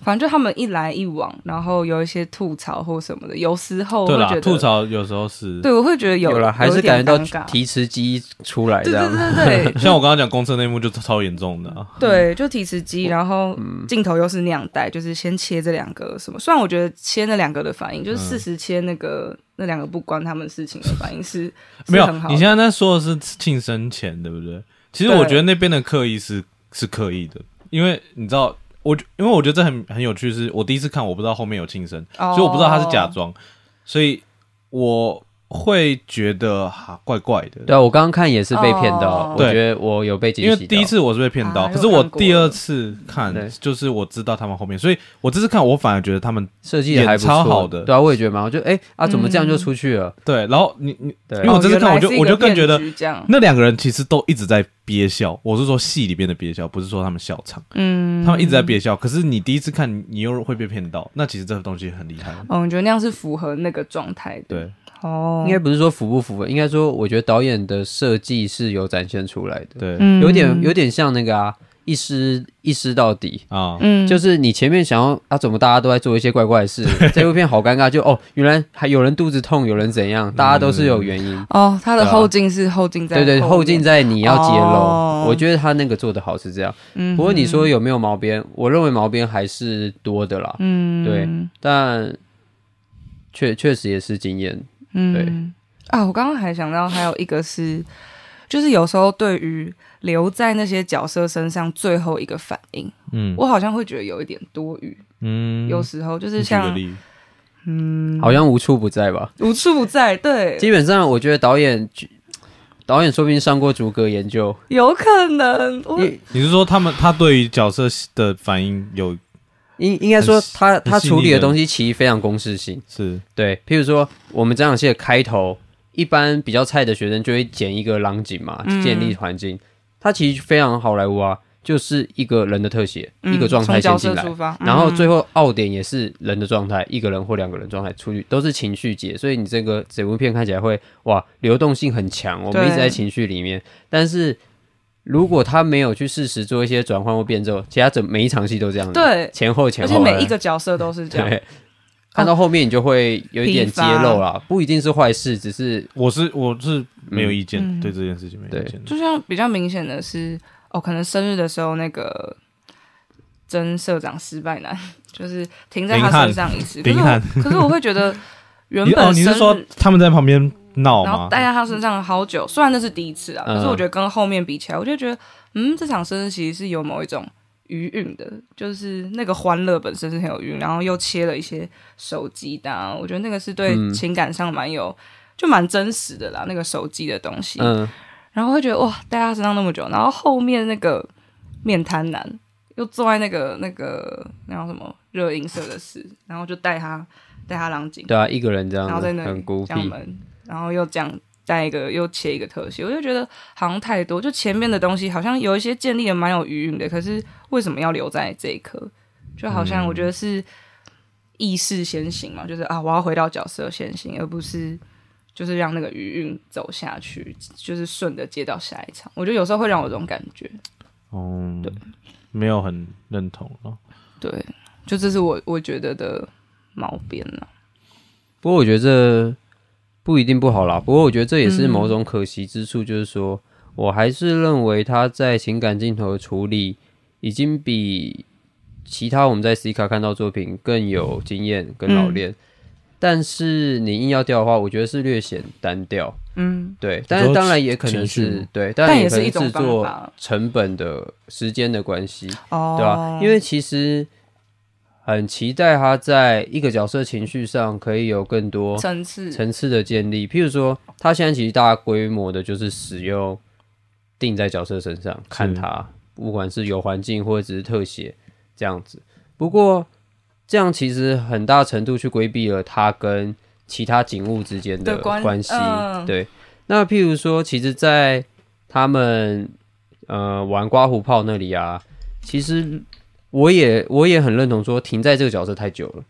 Speaker 2: 反正就他们一来一往，然后有一些吐槽或什么的，有时候会
Speaker 3: 对
Speaker 2: 觉
Speaker 3: 啦
Speaker 2: 得，，
Speaker 3: 吐，槽有时候是，
Speaker 2: 对我会觉得有
Speaker 1: 了，还是感觉
Speaker 2: 有一点
Speaker 1: 到
Speaker 2: 尴尬
Speaker 1: 提词机出来
Speaker 2: 对
Speaker 1: 这
Speaker 2: 对
Speaker 1: 样。
Speaker 2: 对对对。
Speaker 3: 像我刚刚讲公车那一幕就超严重的啊，
Speaker 2: 对，就提词机，然后
Speaker 3: 嗯
Speaker 2: 镜头又是那样带，就是先切这两个什么。虽然我觉得切那两个的反应，就是
Speaker 3: 嗯
Speaker 2: 事实切那个、那两个不关他们事情的反应 是
Speaker 3: 没有
Speaker 2: 是很，好的
Speaker 3: 你现在在说的是庆生前，对不对？其实
Speaker 2: 对
Speaker 3: 我觉得那边的刻意是是刻意的，因为你知道，我因为我觉得这很很有趣是，我第一次看我不知道后面有庆生，所以我不知道他是假
Speaker 2: 哦
Speaker 3: 装，所以我会觉得哈、怪怪的。
Speaker 1: 对啊，我刚刚看也是被骗到
Speaker 2: 哦，
Speaker 1: 我
Speaker 3: 对
Speaker 1: 觉得我有被惊
Speaker 3: 因
Speaker 1: 喜
Speaker 3: 为
Speaker 1: 到。
Speaker 3: 第一次我是被骗到，
Speaker 2: 啊
Speaker 3: 可是我第
Speaker 2: 又看过
Speaker 3: 二
Speaker 2: 了
Speaker 3: 次看
Speaker 1: 对
Speaker 3: 就是我知道他们后面，所以我这次看我反而觉得他们
Speaker 1: 设计得还不错，
Speaker 3: 演超好的
Speaker 1: 对啊，我也觉得蛮好。就哎、啊，怎么这样
Speaker 2: 嗯
Speaker 1: 就出去了？
Speaker 3: 对，然后你你
Speaker 1: 对
Speaker 3: 因为我这次
Speaker 2: 哦原
Speaker 3: 看
Speaker 2: 来
Speaker 3: 我就是
Speaker 2: 一
Speaker 3: 我
Speaker 2: 个
Speaker 3: 就更
Speaker 2: 骗
Speaker 3: 觉得
Speaker 2: 局这样，
Speaker 3: 那两个人其实都一直在憋笑，我是说戏里边的憋笑，不是说他们笑场，
Speaker 2: 嗯，
Speaker 3: 他们一直在憋笑。可是你第一次看，你又会被骗到，那其实这个东西很厉害。
Speaker 2: 哦，你觉得那样是符合那个状态的？，
Speaker 3: 对，
Speaker 2: 哦，
Speaker 1: 应该不是说符不符合，应该说我觉得导演的设计是有展现出来的，
Speaker 3: 对，
Speaker 2: 嗯
Speaker 1: 有点有，点像那个啊，一师一师到底。
Speaker 3: 啊，
Speaker 2: 嗯
Speaker 1: 就是你前面想要啊，怎么大家都在做一些怪怪的 事？这部片好尴尬，就哦，原来还有人肚子痛，有人怎样，大家都是有原因。
Speaker 2: 嗯哦，他的
Speaker 1: 对啊
Speaker 2: 后劲是后劲在
Speaker 1: 对对，后
Speaker 2: 面
Speaker 1: 劲，在你要揭露，
Speaker 2: 哦
Speaker 1: 我觉得他那个做的好是这样。
Speaker 2: 嗯
Speaker 1: 不过你说有没有毛边？我认为毛边还是多的啦，
Speaker 2: 嗯，
Speaker 1: 对但确确实也是经验。
Speaker 2: 嗯，啊，我刚刚还想到还有一个是，就是有时候对于留在那些角色身上最后一个反应，
Speaker 3: 嗯
Speaker 2: 我好像会觉得有一点多余，
Speaker 3: 嗯，
Speaker 2: 有时候就是
Speaker 3: 你举个
Speaker 2: 像
Speaker 3: 例，
Speaker 2: 嗯，
Speaker 1: 好像无处不在吧。
Speaker 2: 无处不在，对，
Speaker 1: 基本上，我觉得导演导演说不定上过逐格研究，
Speaker 2: 有可能我
Speaker 1: 因
Speaker 3: 你是说他们他对于角色的反应有
Speaker 1: 应应该说他
Speaker 3: 很
Speaker 1: 他
Speaker 3: 细腻
Speaker 1: 处理
Speaker 3: 的
Speaker 1: 的东西其实非常公式性。
Speaker 3: 是
Speaker 1: 对，譬如说我们这场戏的开头，一般比较菜的学生就会剪一个狼景嘛，
Speaker 2: 嗯
Speaker 1: 建立环境。它其实非常好莱坞啊，就是一个人的特写，
Speaker 2: 嗯
Speaker 1: 一个状态先
Speaker 2: 从角
Speaker 1: 进
Speaker 2: 色
Speaker 1: 来
Speaker 2: 出，发，
Speaker 1: 然后
Speaker 2: 嗯
Speaker 1: 最后奥点也是人的状态，一个人或两个人状态出去都是情绪节，所以你这个整部片看起来会哇流动性很强，我们
Speaker 2: 对
Speaker 1: 一直在情绪里面。但是如果他没有去适时做一些转换或变奏，其他整每一场戏都这样子，
Speaker 2: 对
Speaker 1: 前后前
Speaker 2: 而
Speaker 1: 后
Speaker 2: 且
Speaker 1: 啊，
Speaker 2: 每一个角色都是这样，
Speaker 1: 对，看到后面你就会有一点
Speaker 2: 疲
Speaker 1: 揭
Speaker 2: 乏
Speaker 1: 露啦，不一定是坏事，只是
Speaker 3: 我是我是没有意见，
Speaker 2: 嗯
Speaker 3: 对这件事情没有意见的。
Speaker 2: 就像比较明显的是，哦，可能生日的时候那个真社长失败男，就是停在他身上一次。可
Speaker 3: 林
Speaker 2: 是
Speaker 3: 汉
Speaker 2: 我，可是我会觉得原
Speaker 3: 你
Speaker 2: 本
Speaker 3: 哦，你是
Speaker 2: 生
Speaker 3: 说
Speaker 2: 日，
Speaker 3: 他们在旁边闹
Speaker 2: 然后
Speaker 3: 吗？
Speaker 2: 待在他身上好久，虽然那是第一次啊，
Speaker 1: 嗯
Speaker 2: 可是我觉得跟后面比起来，我就觉得，嗯，这场生日其实是有某一种。余韵的，就是那个欢乐本身是很有余韵，然后又切了一些手机的啊、我觉得那个是对
Speaker 1: 嗯
Speaker 2: 情感上蛮有，就蛮真实的啦。那个手机的东西，
Speaker 1: 嗯，
Speaker 2: 然后会觉得哇，待在他身上那么久，然后后面那个面瘫男又坐在那个那个那叫什么热映社的室，然后就带他带他郎景，
Speaker 1: 对啊，一个人这样
Speaker 2: 然后在那里
Speaker 1: 很孤
Speaker 2: 这样
Speaker 1: 僻，
Speaker 2: 门，然后又这样带一个又切一个特写，我就觉得好像太多，就前面的东西好像有一些建立的蛮有余韵的，可是为什么要留在这一刻？就好像
Speaker 1: 嗯
Speaker 2: 我觉得是意识先行嘛，就是啊，我要回到角色先行，而不是就是让那个余韵走下去，就是顺着接到下一场。我觉得有时候会让我有这种感觉，
Speaker 3: 哦，
Speaker 2: 对
Speaker 3: 没有很认同了。
Speaker 2: 对，就这是我我觉得的毛病了。
Speaker 1: 不过我觉得这不一定不好啦。不过我觉得这也
Speaker 2: 嗯
Speaker 1: 是某种可惜之处，就是说、我还是认为他在情感镜头的处理已经比其他我们在 C 卡看到作品更有经验、更
Speaker 2: 嗯
Speaker 1: 老练。但是你硬要调的话，我觉得是略显单调。
Speaker 2: 嗯，
Speaker 1: 对，但是
Speaker 3: 说
Speaker 1: 当然也可能
Speaker 3: 情绪
Speaker 1: 是
Speaker 3: 吗
Speaker 1: 对，
Speaker 2: 但
Speaker 1: 但
Speaker 2: 也
Speaker 1: 可
Speaker 2: 是
Speaker 1: 能
Speaker 2: 一种
Speaker 1: 制
Speaker 2: 方
Speaker 1: 作
Speaker 2: 法啊
Speaker 1: 成本的时间的关系。
Speaker 2: 哦，
Speaker 1: 对啊，因为其实很期待他在一个角色情绪上可以有更多
Speaker 2: 层次
Speaker 1: 层次的建立。譬如说，他现在其实大规模的就是使用定在角色身上看他，不管是有环境或者只是特写这样子。不过这样其实很大程度去规避了他跟其他景物之间的
Speaker 2: 的关
Speaker 1: 关系。
Speaker 2: 嗯
Speaker 1: 对，那譬如说，其实，在他们呃玩刮胡泡那里啊，其实我也我也很认同说停在这个角色太久了，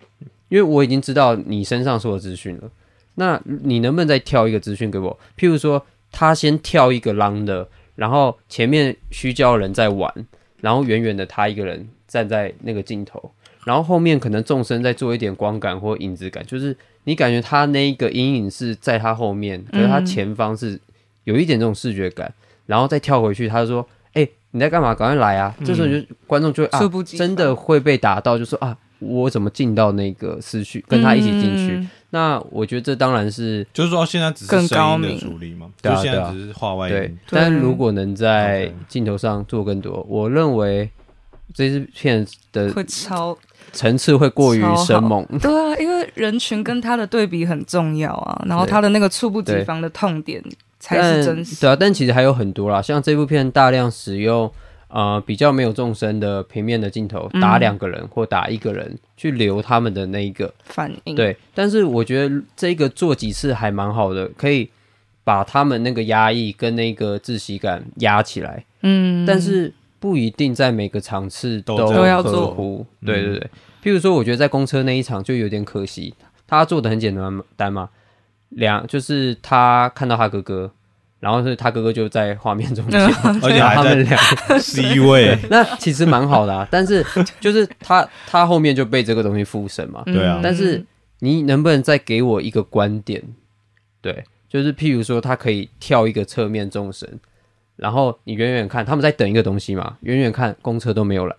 Speaker 1: 因为我已经知道你身上所有资讯了。那你能不能再跳一个资讯给我？譬如说，他先跳一个浪的，然后前面虚焦人在玩，然后远远的他一个人站在那个镜头，然后后面可能纵深再做一点光感或影子感，就是你感觉他那一个阴影是在他后面，可是他前方是有一点这种视觉感，然后再跳回去，他就说：“哎、你在干嘛？赶快来啊！”这时候你就观众就会啊
Speaker 2: 猝嗯不，及防
Speaker 1: 真的会被打到，就说啊，我怎么进到那个思绪，跟他一起进去。
Speaker 2: 嗯
Speaker 1: 那我觉得这当然是
Speaker 3: 就是说现在只
Speaker 2: 更
Speaker 3: 是
Speaker 2: 高
Speaker 3: 声音
Speaker 2: 明
Speaker 3: 的处理嘛，
Speaker 1: 对
Speaker 3: 就
Speaker 1: 啊
Speaker 3: 现
Speaker 1: 对
Speaker 3: 在
Speaker 1: 啊
Speaker 3: 只是话外
Speaker 1: 对
Speaker 3: 音。，
Speaker 1: 但如果能在
Speaker 3: OK
Speaker 1: 镜头上做更多，我认为这支片的
Speaker 2: 会超
Speaker 1: 层次会过于
Speaker 2: 超好
Speaker 1: 生猛。
Speaker 2: 对啊，因为人群跟他的对比很重要啊，然后他的那个猝不及防的痛点才是真
Speaker 1: 但
Speaker 2: 实。
Speaker 1: 对啊，但其实还有很多啦，像这部片大量使用呃比较没有纵深的平面的镜头，
Speaker 2: 嗯
Speaker 1: 打两个人或打一个人去留他们的那一个。
Speaker 2: 反应，
Speaker 1: 对，但是我觉得这个做几次还蛮好的，可以把他们那个压抑跟那个窒息感压起来。
Speaker 2: 嗯，
Speaker 1: 但是不一定在每个场次
Speaker 3: 都嗯
Speaker 2: 都要
Speaker 1: 合
Speaker 2: 做
Speaker 1: 乎对对对，譬如说，我觉得在公车那一场就有点可惜，他做的很简单单嘛，两就是他看到他哥哥，然后是他哥哥就在画面中间，
Speaker 3: 而且还
Speaker 1: 他
Speaker 3: 在
Speaker 1: 们俩
Speaker 3: C 位，
Speaker 1: 那其实蛮好的、啊，但是就是他他后面就被这个东西附身嘛，
Speaker 2: 嗯
Speaker 3: 对啊
Speaker 1: 但是你能不能再给我一个观点？对，就是譬如说，他可以跳一个侧面纵深，然后你远远看，他们在等一个东西嘛，远远看公车都没有来，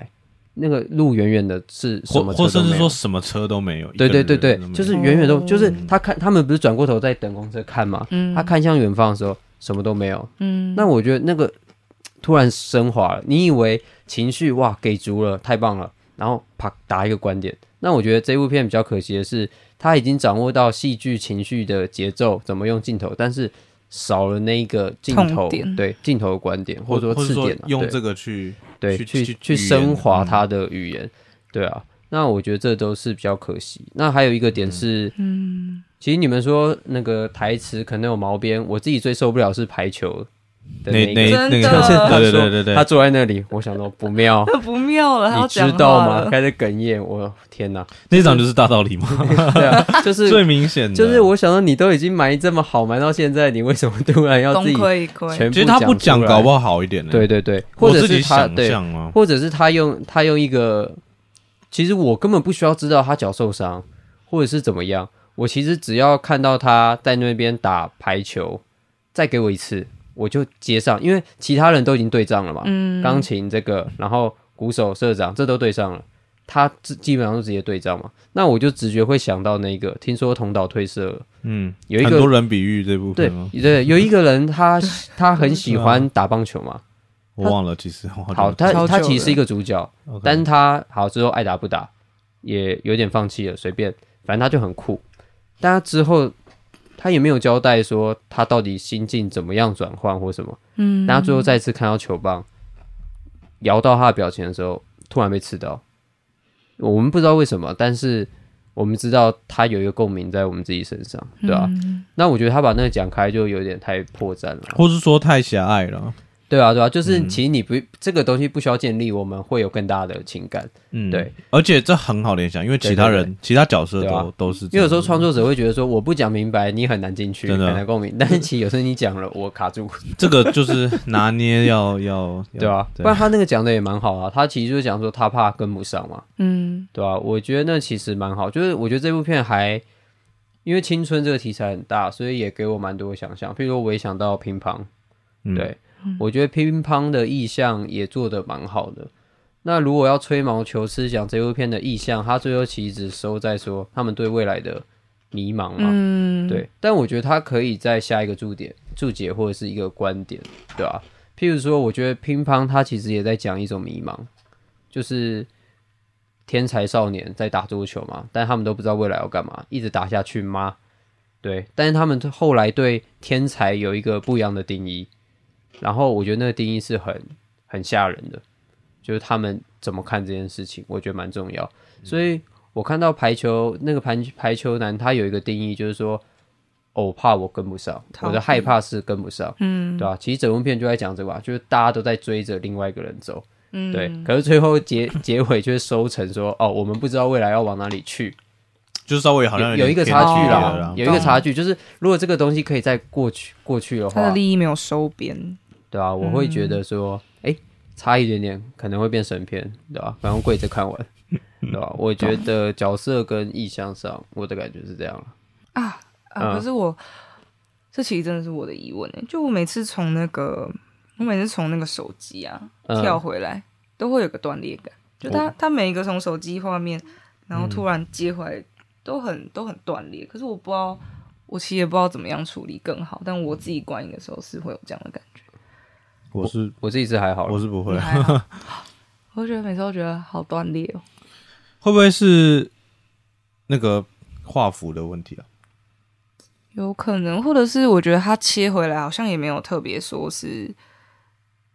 Speaker 1: 那个路远远的是 什
Speaker 3: 或
Speaker 1: 么
Speaker 3: 或
Speaker 1: 车都
Speaker 3: 甚
Speaker 1: 没
Speaker 3: 至
Speaker 1: 有
Speaker 3: 说。什么车都没有。
Speaker 1: 对
Speaker 3: 一
Speaker 1: 对
Speaker 3: 个人嗯
Speaker 1: 对对
Speaker 3: 都没，有
Speaker 1: 就是远远都
Speaker 2: 哦
Speaker 1: 就是他看他们不是转过头在等公车看嘛，
Speaker 2: 嗯
Speaker 1: 他看向远方的时候什么都没有，
Speaker 2: 嗯，
Speaker 1: 那我觉得那个突然升华了，你以为情绪哇给足了，太棒了，然后啪打一个观点。那我觉得这部片比较可惜的是，他已经掌握到戏剧情绪的节奏，怎么用镜头，但是少了那一个镜头
Speaker 2: 痛点，
Speaker 1: 对镜头的观点，
Speaker 3: 或
Speaker 1: 者说
Speaker 3: 或
Speaker 1: 刺
Speaker 3: 者说
Speaker 1: 点、啊，
Speaker 3: 用
Speaker 1: 对
Speaker 3: 这个去
Speaker 1: 对
Speaker 3: 去
Speaker 1: 去
Speaker 3: 去
Speaker 1: 去
Speaker 3: 语言
Speaker 1: 升华
Speaker 3: 嗯
Speaker 1: 他的语言，对啊。那我觉得这都是比较可惜。那还有一个点是，
Speaker 2: 嗯，
Speaker 1: 其实你们说那个台词可能有毛边，我自己最受不了是排球的
Speaker 3: 那
Speaker 1: 一个
Speaker 3: 那
Speaker 2: 真
Speaker 3: 那个
Speaker 1: 他
Speaker 2: 的
Speaker 1: 说
Speaker 3: 对对对对对，
Speaker 1: 他坐在那里，我想说不妙，
Speaker 2: 那不妙了，他
Speaker 1: 你
Speaker 2: 要
Speaker 1: 知
Speaker 2: 啊讲
Speaker 1: 道
Speaker 2: 话
Speaker 1: 吗？
Speaker 2: 了，
Speaker 1: 开始哽咽，我天 哪！
Speaker 3: 那场就是大道理嘛，
Speaker 1: 对啊， 就是
Speaker 3: 最明显的
Speaker 1: 就是，我想说，你都已经埋这么好，埋到现在，你为什么突然要
Speaker 2: 东
Speaker 1: 自己
Speaker 2: 亏一亏，
Speaker 1: 全部
Speaker 3: 其实他不
Speaker 1: 讲
Speaker 3: 讲
Speaker 1: 出，来
Speaker 3: 搞不好好一点呢。
Speaker 1: 对，对对，或
Speaker 3: 我
Speaker 1: 者
Speaker 3: 自己
Speaker 1: 是他
Speaker 3: 想
Speaker 1: 对，
Speaker 3: 象啊，
Speaker 1: 或者是他用他用一个，其实我根本不需要知道他脚受伤。或者是怎么样，我其实只要看到他在那边打排球，再给我一次，我就接上，因为其他人都已经对上了嘛，
Speaker 2: 嗯，
Speaker 1: 钢琴这个，然后鼓手、社长这都对上了，他基基本上都直接对上嘛，那我就直觉会想到那个，听说同岛退社了
Speaker 3: 嗯，
Speaker 1: 有一个
Speaker 3: 很多人比喻这部
Speaker 1: 对
Speaker 3: 分啊吗？
Speaker 1: 对，有一个人 他他很喜欢打棒球嘛，
Speaker 3: 我忘了，其实我
Speaker 1: 好，
Speaker 3: 好
Speaker 1: 他
Speaker 2: 啊超
Speaker 1: 他
Speaker 2: 久
Speaker 1: 其实
Speaker 2: 了
Speaker 1: 是一个主角，
Speaker 3: 像，
Speaker 1: 但是
Speaker 3: OK
Speaker 1: 他好之后爱打不打，也有点放弃了，随便，反正他就很酷。但他之后他也没有交代说他到底心境怎么样转换或什么。
Speaker 2: 嗯，
Speaker 1: 但他最后再次看到球棒摇到他的表情的时候，突然被刺到。我们不知道为什么，但是我们知道他有一个共鸣在我们自己身上，对啊吧、
Speaker 2: 嗯
Speaker 1: 那我觉得他把那个讲开就有点太破绽了。
Speaker 3: 或是说太狭隘了，
Speaker 1: 对啊，对啊，就是
Speaker 3: 嗯
Speaker 1: 其实你不、这个东西不需要建立，我们会有更大的情感。
Speaker 3: 嗯，
Speaker 1: 对，
Speaker 3: 而且这很好联想，因为其他
Speaker 1: 对对
Speaker 3: 人、其他角色
Speaker 1: 对
Speaker 3: 都
Speaker 1: 啊
Speaker 3: 都是这
Speaker 1: 因为有时候
Speaker 3: 样
Speaker 1: 创作者会觉得说，我不讲明白，你很难进去，
Speaker 3: 真
Speaker 1: 很
Speaker 3: 的
Speaker 1: 难共鸣。但是其实有时候你讲了，我卡住，
Speaker 3: 这个就是拿捏要要，
Speaker 1: 对吧、不
Speaker 3: 对
Speaker 1: 然他那个讲的也蛮好啊，他其实就是讲说他怕跟不上嘛，
Speaker 2: 嗯
Speaker 1: 对吧、啊我觉得那其实蛮好，就是我觉得这部片还因为青春这个题材很大，所以也给我蛮多想象。譬如说我也想到乒乓，
Speaker 3: 嗯
Speaker 1: 对、我觉得乒乓的意象也做得蛮好的。那如果要吹毛求疵讲这部片的意象，他最后其实只收在说他们对未来的迷茫嘛，
Speaker 2: 嗯，
Speaker 1: 对，但我觉得它可以在下一个注点、注解或者是一个观点，对吧、譬如说，我觉得乒乓它其实也在讲一种迷茫，就是天才少年在打桌球嘛，但他们都不知道未来要干嘛，一直打下去吗？对，但是他们后来对天才有一个不一样的定义，然后我觉得那个定义是很很吓人的，就是他们怎么看这件事情，我觉得蛮重要。
Speaker 2: 嗯
Speaker 1: 所以我看到排球那个排排球男，他有一个定义，就是说，哦，我怕我跟不上，
Speaker 2: 逃避
Speaker 1: 我的害怕是跟不上，
Speaker 2: 嗯
Speaker 1: 对吧、其实整部片就在讲这个吧，啊就是大家都在追着另外一个人走，
Speaker 2: 嗯，
Speaker 1: 对。可是最后结结尾却收成说，哦，我们不知道未来要往哪里去，
Speaker 3: 就是稍微好像
Speaker 1: 有
Speaker 3: 点
Speaker 1: 有一个
Speaker 3: 偏
Speaker 1: 差
Speaker 3: 激
Speaker 1: 距
Speaker 2: 了
Speaker 3: 了
Speaker 1: 啦哦
Speaker 3: 啦，
Speaker 1: 有一个差距，就是如果这个东西可以在过去过去的
Speaker 2: 他的
Speaker 1: 话，
Speaker 2: 利益没有收编，
Speaker 1: 对啊，我会觉
Speaker 2: 嗯
Speaker 1: 得说，哎、差一点点可能会变神片，对吧、反正跪着看完，对吧、我觉得角色跟意向上，我的感觉是这样了。
Speaker 2: 啊啊！
Speaker 1: 嗯
Speaker 2: 可是我、这其实真的是我的疑问欸就我每次从那个我每次从那个手机啊
Speaker 1: 嗯
Speaker 2: 跳回来，都会有个断裂感，就它它每一个从手机画面，然后突然接回来，都很都很断裂。可是我不知道，我其实也不知道怎么样处理更好，但我自己观影的时候是会有这样的感觉。
Speaker 3: 我是
Speaker 1: 我自己是还好啦
Speaker 3: 我是不会
Speaker 2: 你，还好 我就觉得每次都觉得好断裂哦，
Speaker 3: 会不会是那个画幅的问题啊？
Speaker 2: 有可能，或者是我觉得它切回来好像也没有特别说是，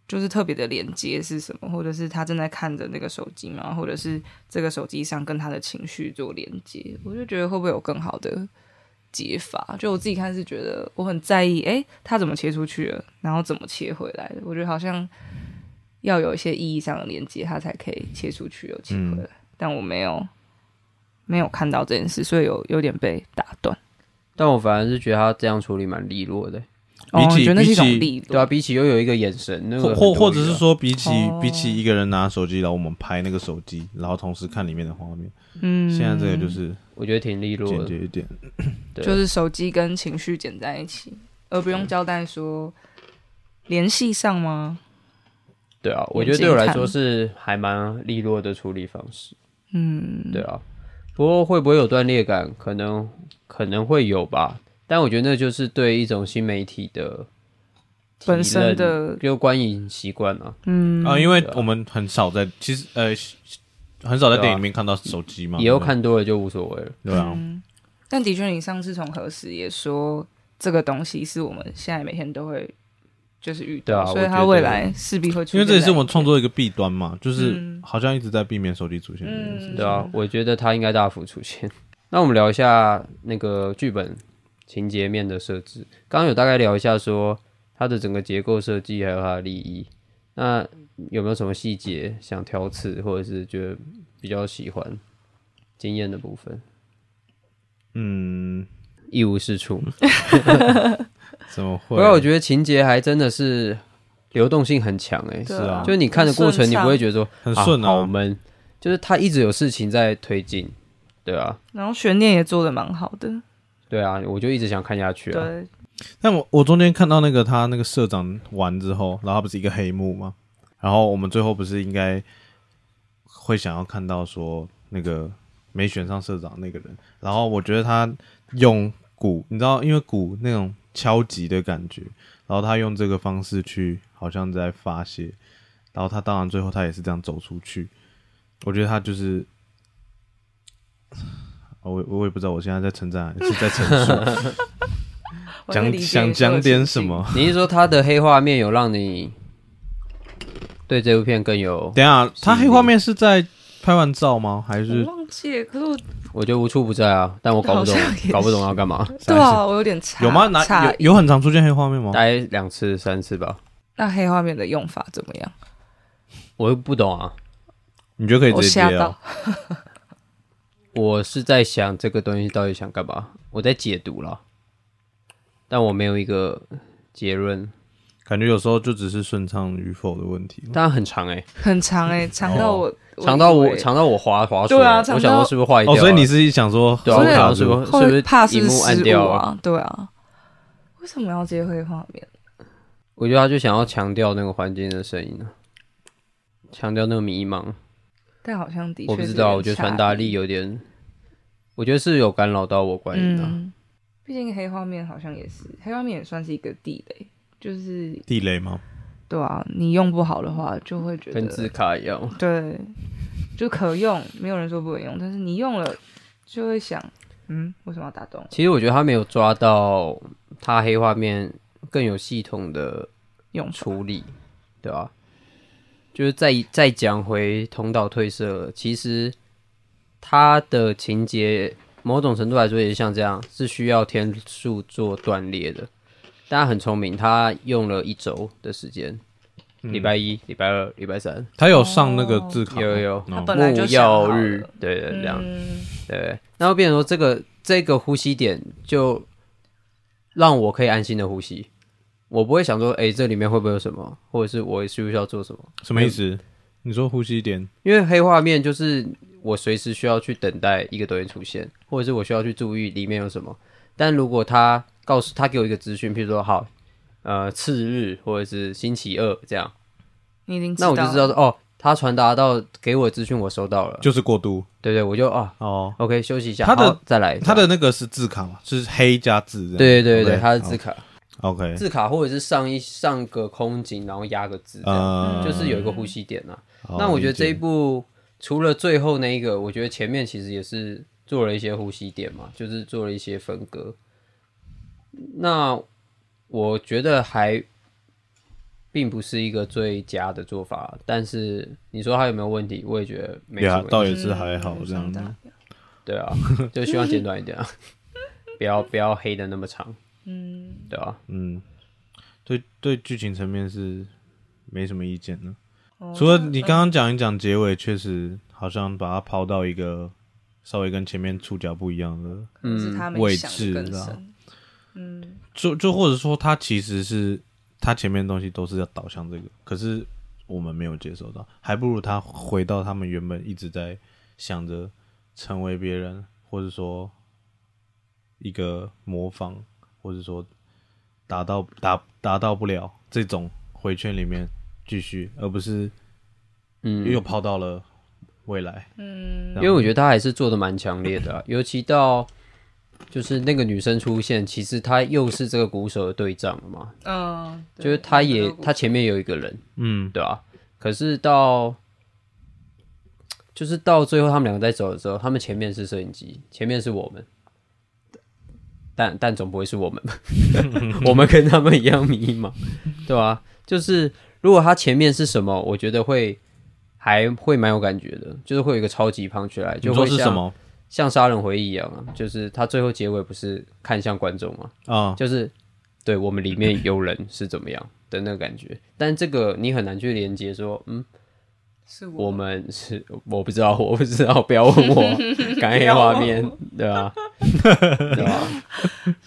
Speaker 2: 就是特别的连接是什么，或者是他正在看着那个手机嘛，或者是这个手机上跟他的情绪做连接，我就觉得会不会有更好的解法？就我自己看是觉得我很在意，诶，他怎么切出去了，然后怎么切回来的，我觉得好像要有一些意义上的连接，他才可以切出去又切回来，但我没有没有看到这件事，所以有有点被打断。
Speaker 1: 但我反而是觉得他这样处理蛮利落的、
Speaker 3: 比
Speaker 2: 哦，
Speaker 3: 起
Speaker 2: 你觉得那是一种
Speaker 3: 比起
Speaker 2: 力度，
Speaker 1: 对啊，比起又有一个眼神，那个
Speaker 3: 或
Speaker 1: 很
Speaker 3: 或
Speaker 1: 多
Speaker 3: 或者
Speaker 1: 余
Speaker 3: 是
Speaker 1: 啊，
Speaker 3: 说，比起
Speaker 2: 哦
Speaker 3: 比起一个人拿手机，然后我们拍那个手机，然后同时看里面的画面，
Speaker 2: 嗯，
Speaker 3: 现在这个就是
Speaker 1: 我觉得挺利落
Speaker 3: 简
Speaker 1: 的。
Speaker 3: 洁一点。
Speaker 1: 对
Speaker 2: 就是手机跟情绪剪在一起，而不用交代说联系上吗？
Speaker 1: 对啊，我
Speaker 2: 眼
Speaker 1: 觉得对
Speaker 2: 睛
Speaker 1: 我来
Speaker 2: 看
Speaker 1: 说是还蛮利落的处理方式。
Speaker 2: 嗯，
Speaker 1: 对啊，不过会不会有断裂感？可能可能会有吧，但我觉得那就是对一种新媒体的提
Speaker 2: 本身
Speaker 1: 认
Speaker 2: 的
Speaker 1: 就观影习惯啊。
Speaker 2: 嗯
Speaker 3: 啊，因为
Speaker 1: 对啊
Speaker 3: 我们很少在其实呃很少在
Speaker 1: 对啊
Speaker 3: 电影里面看到手机嘛，
Speaker 1: 以后
Speaker 3: 对
Speaker 1: 看多了就无所谓了。
Speaker 3: 对啊，
Speaker 2: 嗯但的确，你上次从何时也说这个东西是我们现在每天都会就是遇
Speaker 1: 对
Speaker 2: 到，
Speaker 1: 啊
Speaker 2: 所以
Speaker 1: 我觉
Speaker 2: 它
Speaker 1: 得
Speaker 2: 未来势必会出现
Speaker 3: 因为
Speaker 2: 在，
Speaker 3: 这也是我们创作的一个弊端嘛，就是
Speaker 2: 嗯
Speaker 3: 好像一直在避免手机出现这件事。
Speaker 2: 嗯
Speaker 1: 对啊，我觉得它应该大幅出现。 那我们聊一下那个剧本情节面的设置。刚刚有大概聊一下说它的整个结构设计还有它的利益。那有没有什么细节想挑刺，或者是觉得比较喜欢经验的部分？
Speaker 3: 嗯，
Speaker 1: 一无是处。
Speaker 3: 怎么会？
Speaker 1: 不然我觉得情节还真的是流动性很强诶、
Speaker 2: 对
Speaker 3: 是啊
Speaker 1: 就是你看的过程，
Speaker 2: 很顺
Speaker 1: 你
Speaker 2: 畅
Speaker 1: 不会觉得说啊
Speaker 3: 很顺
Speaker 1: 啊，好
Speaker 3: 啊，
Speaker 1: 闷，就是它一直有事情在推进，对啊，
Speaker 2: 然后悬念也做的蛮好的，
Speaker 1: 对啊，我就一直想看下去啊。
Speaker 2: 对，
Speaker 3: 但我我中间看到那个他那个社长完之后，然后他不是一个黑幕吗？然后我们最后不是应该会想要看到说那个没选上社长那个人，然后我觉得他用鼓，你知道，因为鼓那种敲击的感觉，然后他用这个方式去好像在发泄，然后他当然最后他也是这样走出去，我觉得他就是。呃我我也不知道，我现在在称赞还是在陈述，
Speaker 2: 我能
Speaker 3: 讲
Speaker 2: 理解
Speaker 3: 想
Speaker 2: 你说的
Speaker 3: 讲点什
Speaker 2: 情境
Speaker 3: 么？
Speaker 1: 你是说他的黑画面有让你对这部片更有？
Speaker 3: 等一下，他
Speaker 1: 吸
Speaker 3: 黑
Speaker 1: 引
Speaker 3: 画
Speaker 1: 力
Speaker 3: 面是在拍完照吗？还
Speaker 2: 我
Speaker 3: 是
Speaker 2: 忘记了，可是我
Speaker 1: 我觉得无处不在啊，但我搞不懂
Speaker 2: 好像也，是
Speaker 1: 搞不懂要干嘛。
Speaker 2: 对啊，我有点差
Speaker 3: 有吗？哪
Speaker 2: 差
Speaker 3: 有有很常出现黑画面吗？
Speaker 1: 大概两次、三次吧，
Speaker 2: 那黑画面的用法怎么样？
Speaker 1: 我又不懂啊。
Speaker 3: 你觉得可以
Speaker 2: 我
Speaker 3: 直接
Speaker 2: 吓
Speaker 3: 接
Speaker 2: 到
Speaker 3: 啊？，
Speaker 1: 我是在想这个东西到底想干嘛，我在解读啦，但我没有一个结论。
Speaker 3: 感觉有时候就只是顺畅与否的问题。
Speaker 1: 当然很长哎、
Speaker 2: 很长哎，长到
Speaker 3: 哦
Speaker 2: 我
Speaker 1: 长到
Speaker 2: 以
Speaker 1: 我
Speaker 2: 为
Speaker 1: 长到我滑滑出
Speaker 2: 对啊
Speaker 1: 来，
Speaker 2: 长
Speaker 1: 我想
Speaker 2: 到
Speaker 1: 说是不是坏掉
Speaker 3: 哦，
Speaker 1: 了？
Speaker 3: 所以你是想说
Speaker 1: 对啊，
Speaker 3: 手
Speaker 1: 我
Speaker 2: 所以
Speaker 1: 想
Speaker 3: 卡
Speaker 1: 说是
Speaker 3: 住
Speaker 1: 不是
Speaker 2: 会
Speaker 1: 是
Speaker 2: 怕
Speaker 1: 不是荧
Speaker 2: 是
Speaker 1: 幕按
Speaker 2: 失
Speaker 1: 掉
Speaker 2: 误
Speaker 1: 了？
Speaker 2: 啊？对啊，为什么要接黑画面？
Speaker 1: 我觉得他就想要强调那个环境的声音啊，强调那个迷茫。
Speaker 2: 但好像的确
Speaker 1: 我不
Speaker 2: 是
Speaker 1: 知
Speaker 2: 有
Speaker 1: 道，
Speaker 2: 点
Speaker 1: 我觉得
Speaker 2: 差
Speaker 1: 传达
Speaker 2: 异
Speaker 1: 力有点，我觉得是有干扰到我观影的啊、
Speaker 2: 嗯，毕竟黑画面好像也是黑画面也算是一个地雷，就是
Speaker 3: 地雷吗？
Speaker 2: 对啊，你用不好的话就会觉得
Speaker 1: 跟字卡一样。
Speaker 2: 对，就可用，没有人说不能用，但是你用了就会想，嗯，为什么要打洞？
Speaker 1: 其实我觉得他没有抓到他黑画面更有系统的
Speaker 2: 用处
Speaker 1: 处理，对吧、就是再再讲回同岛褪色，其实他的情节某种程度来说也像这样，是需要天数做断裂的。但他很聪明，他用了一周的时间，礼、拜一、礼拜二、礼拜三，
Speaker 3: 他有上那个字卡吗，
Speaker 1: 有有有
Speaker 2: 他
Speaker 3: 哦
Speaker 2: 本来就
Speaker 1: 木
Speaker 2: 想好
Speaker 1: 曜
Speaker 2: 了
Speaker 1: 日，对对，这样。
Speaker 2: 嗯
Speaker 1: 对，那会变成说这个这个呼吸点就让我可以安心的呼吸，我不会想说，哎、这里面会不会有什么，或者是我需不需要做什么？
Speaker 3: 什么意思？你说呼吸点，
Speaker 1: 因为黑画面就是我随时需要去等待一个东西出现，或者是我需要去注意里面有什么。但如果他告诉他给我一个资讯，譬如说好，呃，次日或者是星期二这样，
Speaker 2: 你已经
Speaker 1: 那我就
Speaker 2: 了
Speaker 1: 知道说，哦，他传达到给我的资讯我收到了，
Speaker 3: 就是过度
Speaker 1: 对对，我就啊、
Speaker 3: 哦。
Speaker 1: OK 休息一下，
Speaker 3: 他的
Speaker 1: 好再来
Speaker 3: 他的那个是字卡嘛，是黑加字这样。
Speaker 1: 对对对，
Speaker 3: OK，
Speaker 1: 他的字卡。
Speaker 3: 好 OK，
Speaker 1: 字卡或者是上一上个空景，然后压个字这样，
Speaker 3: 呃，
Speaker 1: 就是有一个呼吸点啊。
Speaker 3: 好
Speaker 1: 那我觉得
Speaker 3: 哦理解
Speaker 1: 这一部除了最后那一个，我觉得前面其实也是做了一些呼吸点嘛，就是做了一些分割。那我觉得还并不是一个最佳的做法，但是你说它有没有问题？我也觉得没
Speaker 3: 也
Speaker 1: 什
Speaker 3: 还
Speaker 1: 么问
Speaker 3: 啊倒
Speaker 1: 题。
Speaker 3: 也是还好
Speaker 2: 嗯
Speaker 3: 这样
Speaker 2: 上
Speaker 3: 子
Speaker 2: 大。
Speaker 1: 对啊，就希望简短一点啊， 不要不要黑的那么长，
Speaker 2: 嗯，
Speaker 1: 对吧、啊
Speaker 3: 嗯，对对，剧情层面是没什么意见的。
Speaker 2: 哦
Speaker 3: 除了你刚刚讲一讲结尾，确实好像把它抛到一个稍微跟前面触角不一样的，
Speaker 2: 可能是他没
Speaker 3: 嗯位
Speaker 2: 想
Speaker 3: 置
Speaker 2: 的更
Speaker 3: 啦
Speaker 2: 深，嗯，
Speaker 3: 就就或者说它其实是它前面的东西都是要导向这个，可是我们没有接受到，还不如他回到他们原本一直在想着成为别人，或者说一个模仿，或者说达到达达到不了这种回圈里面继续，而不是
Speaker 1: 嗯，
Speaker 3: 又跑到了未来。嗯，
Speaker 1: 因为我觉得他还是做的蛮强烈的啊、 尤其到就是那个女生出现，其实他又是这个鼓手的对仗了嘛，
Speaker 2: 嗯，对
Speaker 1: 就是他
Speaker 2: 我
Speaker 1: 也
Speaker 2: 觉得
Speaker 1: 他前面有一个人，
Speaker 3: 嗯，
Speaker 1: 对吧、可是到就是到最后他们两个在走的时候，他们前面是摄影机，前面是我们，但但总不会是我 们吧，我们跟他们一样迷茫，对吧、就是如果他前面是什么，我觉得会。还会蛮有感觉的，就是会有一个超级胖起来，
Speaker 3: 你
Speaker 1: 就
Speaker 3: 说
Speaker 1: 会
Speaker 3: 是
Speaker 1: 像
Speaker 3: 什么
Speaker 1: 像杀人回忆一样啊，就是他最后结尾不是看向观众嘛，
Speaker 3: 啊？
Speaker 1: 就是对我们里面有人是怎么样的那个感觉， 但这个你很难去连接说，嗯，
Speaker 2: 是
Speaker 1: 我们是我不知道，我不知道，不要 问我，感黑画面，对吧、对吧、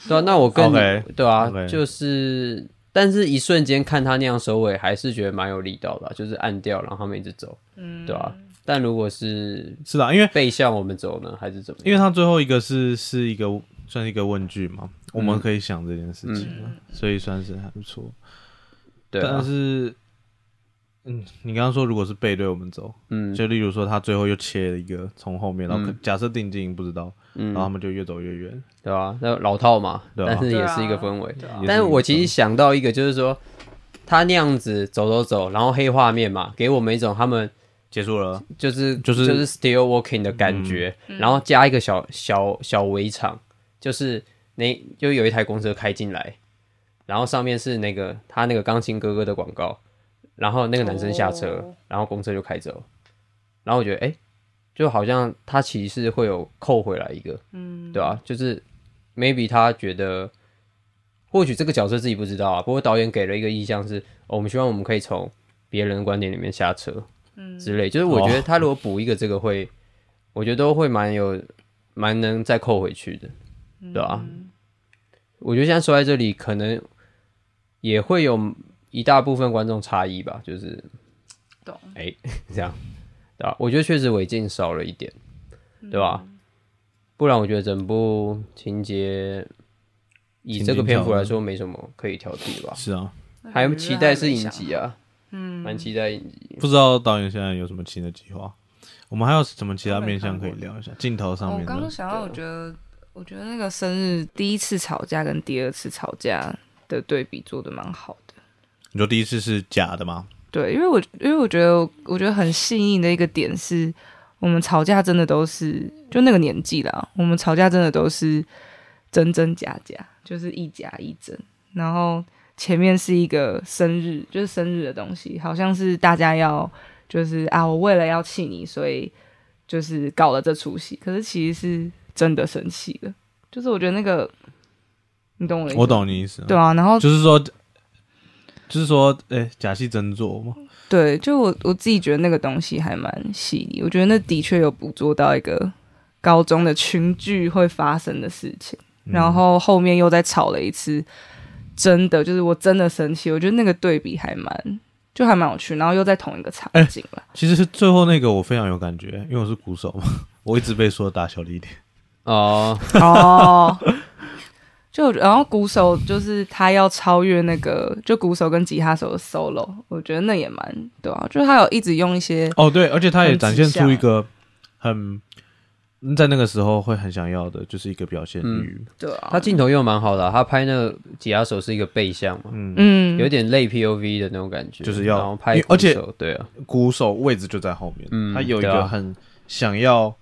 Speaker 1: 对啊，那我更
Speaker 3: OK，
Speaker 1: 对啊
Speaker 3: OK
Speaker 1: 就是，但是一
Speaker 2: 嗯
Speaker 3: 嗯
Speaker 1: 瞬间看他那样收尾，还是觉得蛮有力道的啊、就是按掉，然后他们一直走，对吧、但如果是
Speaker 3: 是啦，因为
Speaker 1: 背向我们走呢，还是怎么样？
Speaker 3: 因为它最后一个是是一个算是一个问句嘛，
Speaker 1: 嗯
Speaker 3: 我们可以想这件事情啊，
Speaker 2: 嗯
Speaker 3: 所以算是还不错。
Speaker 1: 对
Speaker 3: 但
Speaker 1: 啊，
Speaker 3: 是，嗯，你刚刚说如果是背对我们走，
Speaker 1: 嗯
Speaker 3: 就例如说他最后又切了一个从后面，然后可
Speaker 1: 嗯
Speaker 3: 假设定睛不知道，然后他们就越走越远。
Speaker 1: 对啊，那老套嘛，
Speaker 3: 对啊啊
Speaker 1: 但是也是一个氛围。
Speaker 2: 对啊
Speaker 3: 也
Speaker 1: 但是
Speaker 3: 是一
Speaker 1: 我
Speaker 3: 个
Speaker 1: 其实想到一个，就是说他那样子走走走，然后黑画面嘛，给我们一种他们
Speaker 3: 结束了，
Speaker 1: 就是
Speaker 3: 就是嗯
Speaker 1: 就是 still working 的感觉，
Speaker 2: 嗯
Speaker 1: 然后加一个小小小围场，就是那就有一台公车开进来，然后上面是那个他那个钢琴哥哥的广告，然后那个男生下车，
Speaker 2: 哦
Speaker 1: 然后公车就开走，然后我觉得哎、诶就好像他其实是会有扣回来一个，嗯，对啊，就是 maybe 他觉得。或许这个角色自己不知道啊，不过导演给了一个意向是，哦我们希望我们可以从别人的观点里面下车，之类，就是我觉得他如果补一个这个会，我觉得都会蛮有蛮能再扣回去的，对啊。我觉得现在说在这里，可能也会有一大部分观众差异吧，就是
Speaker 2: 懂
Speaker 1: 哎、 这样，对吧、我觉得确实违禁少了一点，
Speaker 2: 嗯
Speaker 1: 对吧？不然我觉得整部情节以这个篇幅来说没什么可以挑剔吧，
Speaker 3: 是啊，
Speaker 1: 还期待是影集啊，嗯，蛮期待影集。
Speaker 3: 不知道导演现在有什么新的计划？我们还有什么其他
Speaker 2: 都没
Speaker 3: 面向
Speaker 2: 看
Speaker 3: 可
Speaker 2: 过
Speaker 3: 以聊一下？镜头
Speaker 1: 啊
Speaker 3: 上
Speaker 2: 哦我
Speaker 3: 面
Speaker 2: 刚刚
Speaker 3: 的，
Speaker 2: 想到，我觉得，我觉得那个生日第一次吵架跟第二次吵架的对比做的蛮好的。
Speaker 3: 你说第一次是假的吗？
Speaker 2: 对，因为我因为我觉得我觉得很细腻的一个点是，我们吵架真的都是就那个年纪啦，我们吵架真的都是真真假假，就是一假一真。然后前面是一个生日，就是生日的东西，好像是大家要就是啊，我为了要气你，所以就是搞了这出戏。可是其实是真的生气了，就是我觉得那个，你懂我的意思？
Speaker 3: 我。懂你意思啊，
Speaker 2: 对啊，然后
Speaker 3: 就是说，就是说，哎、假戏真做嘛，
Speaker 2: 对，就我我自己觉得那个东西还蛮细腻，我觉得那的确有捕捉到一个高中的群聚会发生的事情，
Speaker 1: 嗯
Speaker 2: 然后后面又再吵了一次，真的就是我真的生气，我觉得那个对比还蛮就还蛮有趣，然后又在同一个场
Speaker 1: 哎
Speaker 2: 景了，
Speaker 3: 其实是最后那个我非常有感觉，因为我是鼓手嘛， 我一直被说打小力一点。
Speaker 1: 哦，
Speaker 2: 哦。就我觉得然后鼓手就是他要超越那个，就鼓手跟吉他手的 solo，我觉得那也蛮对啊，就是他有一直用一些
Speaker 3: 哦，对，而且他也
Speaker 2: 很
Speaker 3: 展
Speaker 2: 指
Speaker 3: 现出
Speaker 2: 向
Speaker 3: 一个很嗯在那个时候会很想要的，就是一个表现
Speaker 1: 嗯
Speaker 3: 欲。
Speaker 2: 对啊，
Speaker 1: 他镜头用得蛮好的啊、他拍那个吉他手是一个背向嘛，
Speaker 2: 嗯
Speaker 1: 有点类 POV 的那种感觉，
Speaker 3: 就是要
Speaker 1: 然后拍
Speaker 3: 因
Speaker 1: 鼓
Speaker 3: 为
Speaker 1: 手，
Speaker 3: 而且
Speaker 1: 对啊，
Speaker 3: 鼓手位置就在后面，
Speaker 1: 嗯
Speaker 3: 他有一
Speaker 1: 对
Speaker 3: 个
Speaker 1: 啊
Speaker 3: 很想要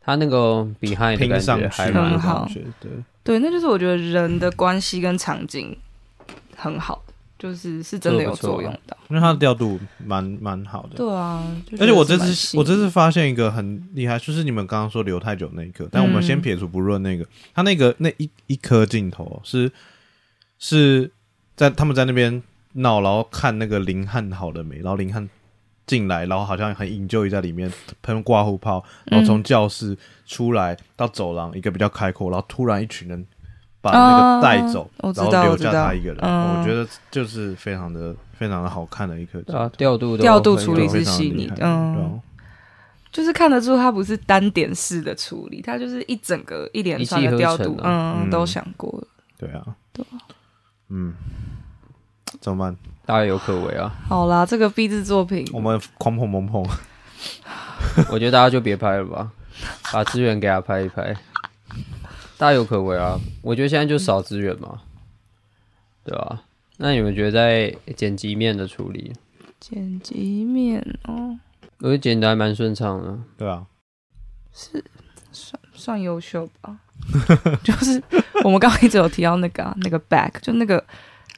Speaker 1: 他那个 behind 的
Speaker 3: 拼
Speaker 1: 感
Speaker 3: 上
Speaker 1: 觉
Speaker 3: 去
Speaker 1: 还
Speaker 3: 的
Speaker 1: 蛮
Speaker 2: 很
Speaker 3: 感
Speaker 2: 好
Speaker 3: 觉。对，
Speaker 2: 对，那就是我觉得人的关系跟场景很好的，就是是真的有作用到。
Speaker 3: 因为他的调度蛮蛮好的。
Speaker 2: 对啊，就
Speaker 3: 而且我这
Speaker 2: 觉得是蛮
Speaker 3: 次
Speaker 2: 细
Speaker 3: 我这次发现一个很厉害，就是你们刚刚说留太久那一刻，但我们
Speaker 2: 嗯
Speaker 3: 先撇除不论那个，他那个那一一颗镜头哦是是在他们在那边闹，然后看那个林汉好了没，然后林汉进来，然后好像很引咎在里面喷挂护炮，
Speaker 2: 嗯
Speaker 3: 然哦后从教室出来到走廊一个比较开阔，然后突然一群人把那
Speaker 2: 啊
Speaker 3: 个带走，
Speaker 2: 我知
Speaker 3: 然后
Speaker 2: 道
Speaker 3: 留
Speaker 2: 我知
Speaker 3: 下
Speaker 2: 道
Speaker 3: 他一个人，
Speaker 2: 嗯
Speaker 3: 我觉得就是非常的非常的好看的一颗镜
Speaker 1: 对
Speaker 3: 头
Speaker 1: 啊，。调度都
Speaker 2: 调度
Speaker 1: 很
Speaker 2: 处
Speaker 1: 有
Speaker 2: 理
Speaker 3: 非
Speaker 2: 是
Speaker 3: 常
Speaker 2: 细
Speaker 3: 厉
Speaker 2: 腻
Speaker 3: 害
Speaker 2: 的嗯
Speaker 3: 对啊
Speaker 2: 就是看得出它不是单点式的处理，它就是一整个一连串
Speaker 1: 一气
Speaker 2: 的
Speaker 1: 呵
Speaker 2: 调
Speaker 1: 成
Speaker 2: 度，
Speaker 1: 啊
Speaker 2: 嗯，
Speaker 3: 嗯
Speaker 2: 都想过了，
Speaker 3: 对啊，
Speaker 2: 对
Speaker 3: 嗯，怎么办？
Speaker 1: 大有可为啊，
Speaker 2: 好啦，这个毕制作品，
Speaker 3: 我们狂捧猛捧，
Speaker 1: 我觉得大家就别拍了吧，把资源给他拍一拍，大有可为啊，我觉得现在就少资源嘛，对吧、那你们觉得在剪辑面的处理，
Speaker 2: 剪辑面哦，
Speaker 1: 我觉得剪得还蛮顺畅的，
Speaker 3: 对啊，
Speaker 2: 算优秀吧。 就是我们刚刚一直有提到那个、啊、那个 back，就那个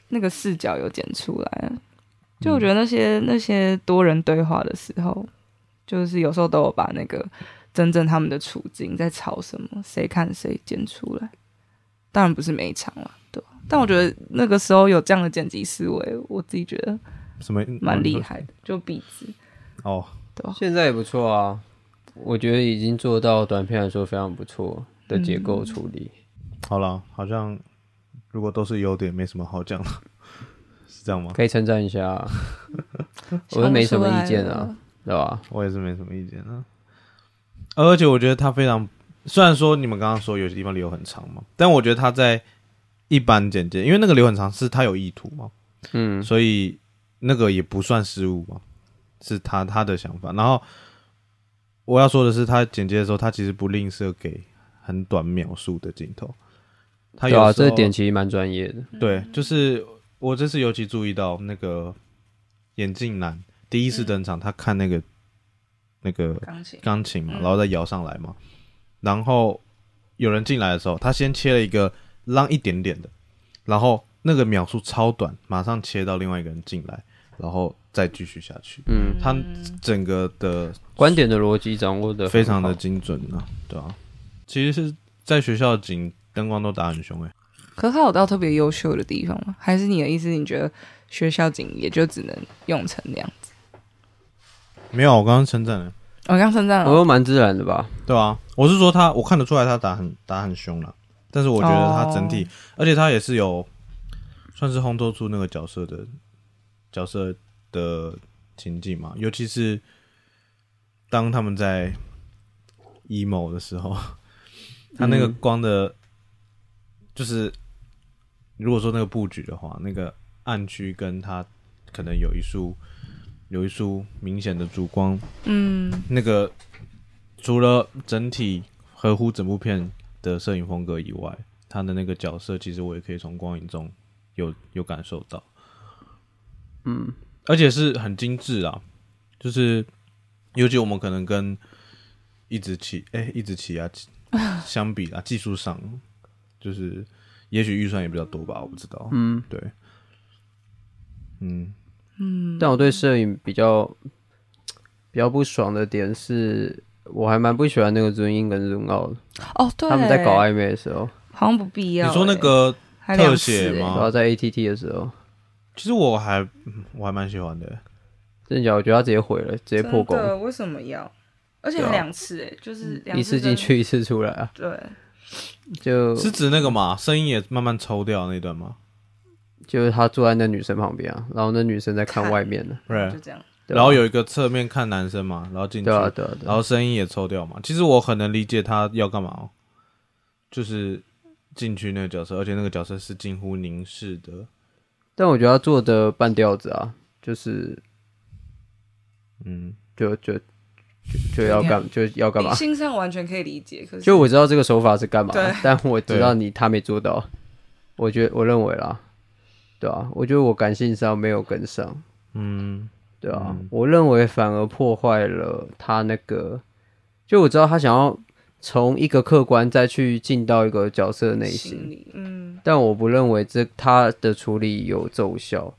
Speaker 2: 那个视角有剪出来。就我觉得那些、那些多人对话的时候，就是有时候都有把那个真正他们的处境在吵什么，谁看谁剪出来。当然不是每一场啦，对吧。但我觉得那个时候有这样的剪辑思维，我自己觉得
Speaker 3: 什么嗯
Speaker 2: 蛮厉害的，就壁纸。
Speaker 3: 哦，
Speaker 1: 现在也不错啊，我觉得已经做到短片来说非常不错的结构处理。
Speaker 3: 好了，好像如果都是优点，没什么好讲 的，是这样吗？
Speaker 1: 可以称赞一下啊，我都没什么意见啊。对吧？
Speaker 3: 我也是没什么意见啊。而且我觉得他非常，虽然说你们刚刚说有些地方留很长嘛，但我觉得他在一般简介，因为那个留很长是他有意图嘛，
Speaker 1: 嗯，
Speaker 3: 所以那个也不算失误嘛，是他他的想法。然后我要说的是，他简介的时候，他其实不吝啬给很短描述的镜头。他
Speaker 1: 对
Speaker 3: 有
Speaker 1: 啊，
Speaker 3: 时候
Speaker 1: 这点其实蛮专业的。
Speaker 3: 对，就是我这次尤其注意到那个眼镜男第一次登场，他看那个那个
Speaker 2: 钢琴，
Speaker 3: 钢琴嘛，
Speaker 2: 嗯
Speaker 3: 然后再摇上来嘛。然后有人进来的时候，他先切了一个浪一点点的，然后那个秒数超短，马上切到另外一个人进来，然后再继续下去。
Speaker 1: 嗯，
Speaker 3: 他整个的
Speaker 1: 观点的逻辑掌握的
Speaker 3: 非常的精准啊，对啊，其实是在学校的景灯光都打很凶哎、
Speaker 2: 可是他有到特别优秀的地方吗？还是你的意思，你觉得学校景也就只能用成那样子？
Speaker 3: 没有啊，我刚刚称赞了，
Speaker 2: 我哦刚称赞
Speaker 1: 我
Speaker 2: 了，
Speaker 1: 都蛮自然的吧？
Speaker 3: 对啊，我是说他，我看得出来他打很打很凶了，但是我觉得他整体，而且他也是有算是烘托出那个角色的角色的情境嘛，尤其是当他们在 emo 的时候， 他那个光的，就是如果说那个布局的话，那个暗区跟他可能有一束有一束明显的烛光，
Speaker 2: 嗯，
Speaker 3: 那个除了整体合乎整部片的摄影风格以外，他的那个角色其实我也可以从光影中有有感受到，
Speaker 1: 嗯，
Speaker 3: 而且是很精致啊，就是尤其我们可能跟一直起哎、一直起啊 相比啊，技术上就是也许预算也比较多吧，我不知道，嗯，对，嗯，
Speaker 1: 但我对摄影比较比较不爽的点是，我还蛮不喜欢那个 zoom in 跟 zoom out 的。
Speaker 2: 哦，对，
Speaker 1: 他们在搞暧昧的时候，
Speaker 2: 好像不必
Speaker 3: 你
Speaker 2: 要欸。
Speaker 3: 说那个
Speaker 2: 还两
Speaker 3: 特
Speaker 2: 次
Speaker 3: 写
Speaker 2: 欸
Speaker 3: 吗
Speaker 1: 然后在 ATT 的时候，
Speaker 3: 其实我还嗯我还蛮喜欢的，
Speaker 1: 真的假的？我觉得他直接毁了，直接破功
Speaker 2: 真，的为什么要？而且
Speaker 1: 对啊
Speaker 2: 两次哎、就是两
Speaker 1: 一次进去一次出来啊，
Speaker 2: 真的。对，
Speaker 1: 就是
Speaker 3: 指那个嘛，声音也慢慢抽掉那段吗？
Speaker 1: 就是他坐在那女生旁边啊，然后那女生在看外面呢、
Speaker 3: 对
Speaker 2: 就这样。
Speaker 1: 对吧啊
Speaker 3: 然后有一个侧面看男生嘛，然后进去，
Speaker 1: 对啊对啊对
Speaker 3: 然
Speaker 1: 啊，
Speaker 3: 后声音也抽掉嘛。其实我很能理解他要干嘛、哦，就是进去那个角色，而且那个角色是近乎凝视的，
Speaker 1: 但我觉得他做的半吊子啊，就是
Speaker 3: 嗯，
Speaker 1: 就就就就要干就要干嘛
Speaker 2: 理？性上完全可以理解，可是
Speaker 1: 就我知道这个手法是干嘛
Speaker 2: 对，
Speaker 1: 但我知道你他没做到，我觉得我认为啦，对啊，我觉得我感性上没有跟上，
Speaker 3: 嗯，
Speaker 1: 对啊，
Speaker 3: 嗯
Speaker 1: 我认为反而破坏了他那个，就我知道他想要从一个客观再去进到一个角色的内心，
Speaker 2: 心里，嗯，
Speaker 1: 但我不认为这他的处理有奏效，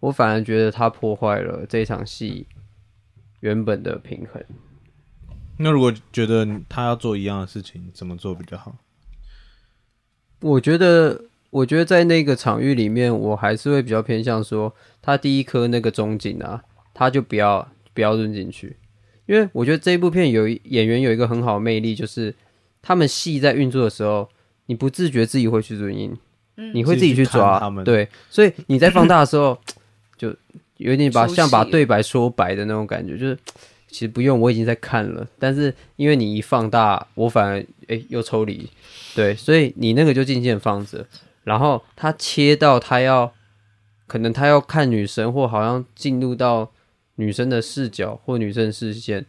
Speaker 1: 我反而觉得他破坏了这场戏原本的平衡。
Speaker 3: 那如果觉得他要做一样的事情，怎么做比较好？
Speaker 1: 我觉得，我觉得在那个场域里面，我还是会比较偏向说，他第一颗那个中景啊，他就不要不要扔进去，因为我觉得这一部片有一演员有一个很好的魅力，就是他们戏在运作的时候，你不自觉自己会去润音，你会自己去
Speaker 3: 自己去
Speaker 1: 抓
Speaker 3: 看他们
Speaker 1: 对，所以你在放大的时候，就有点把
Speaker 2: 出戏
Speaker 1: 像把对白说白的那种感觉，就是。其实不用，我已经在看了。但是因为你一放大，我反而诶又抽离，对，所以你那个就静静地放着，然后他切到他要，可能他要看女生，或好像进入到女生的视角或女生的视线，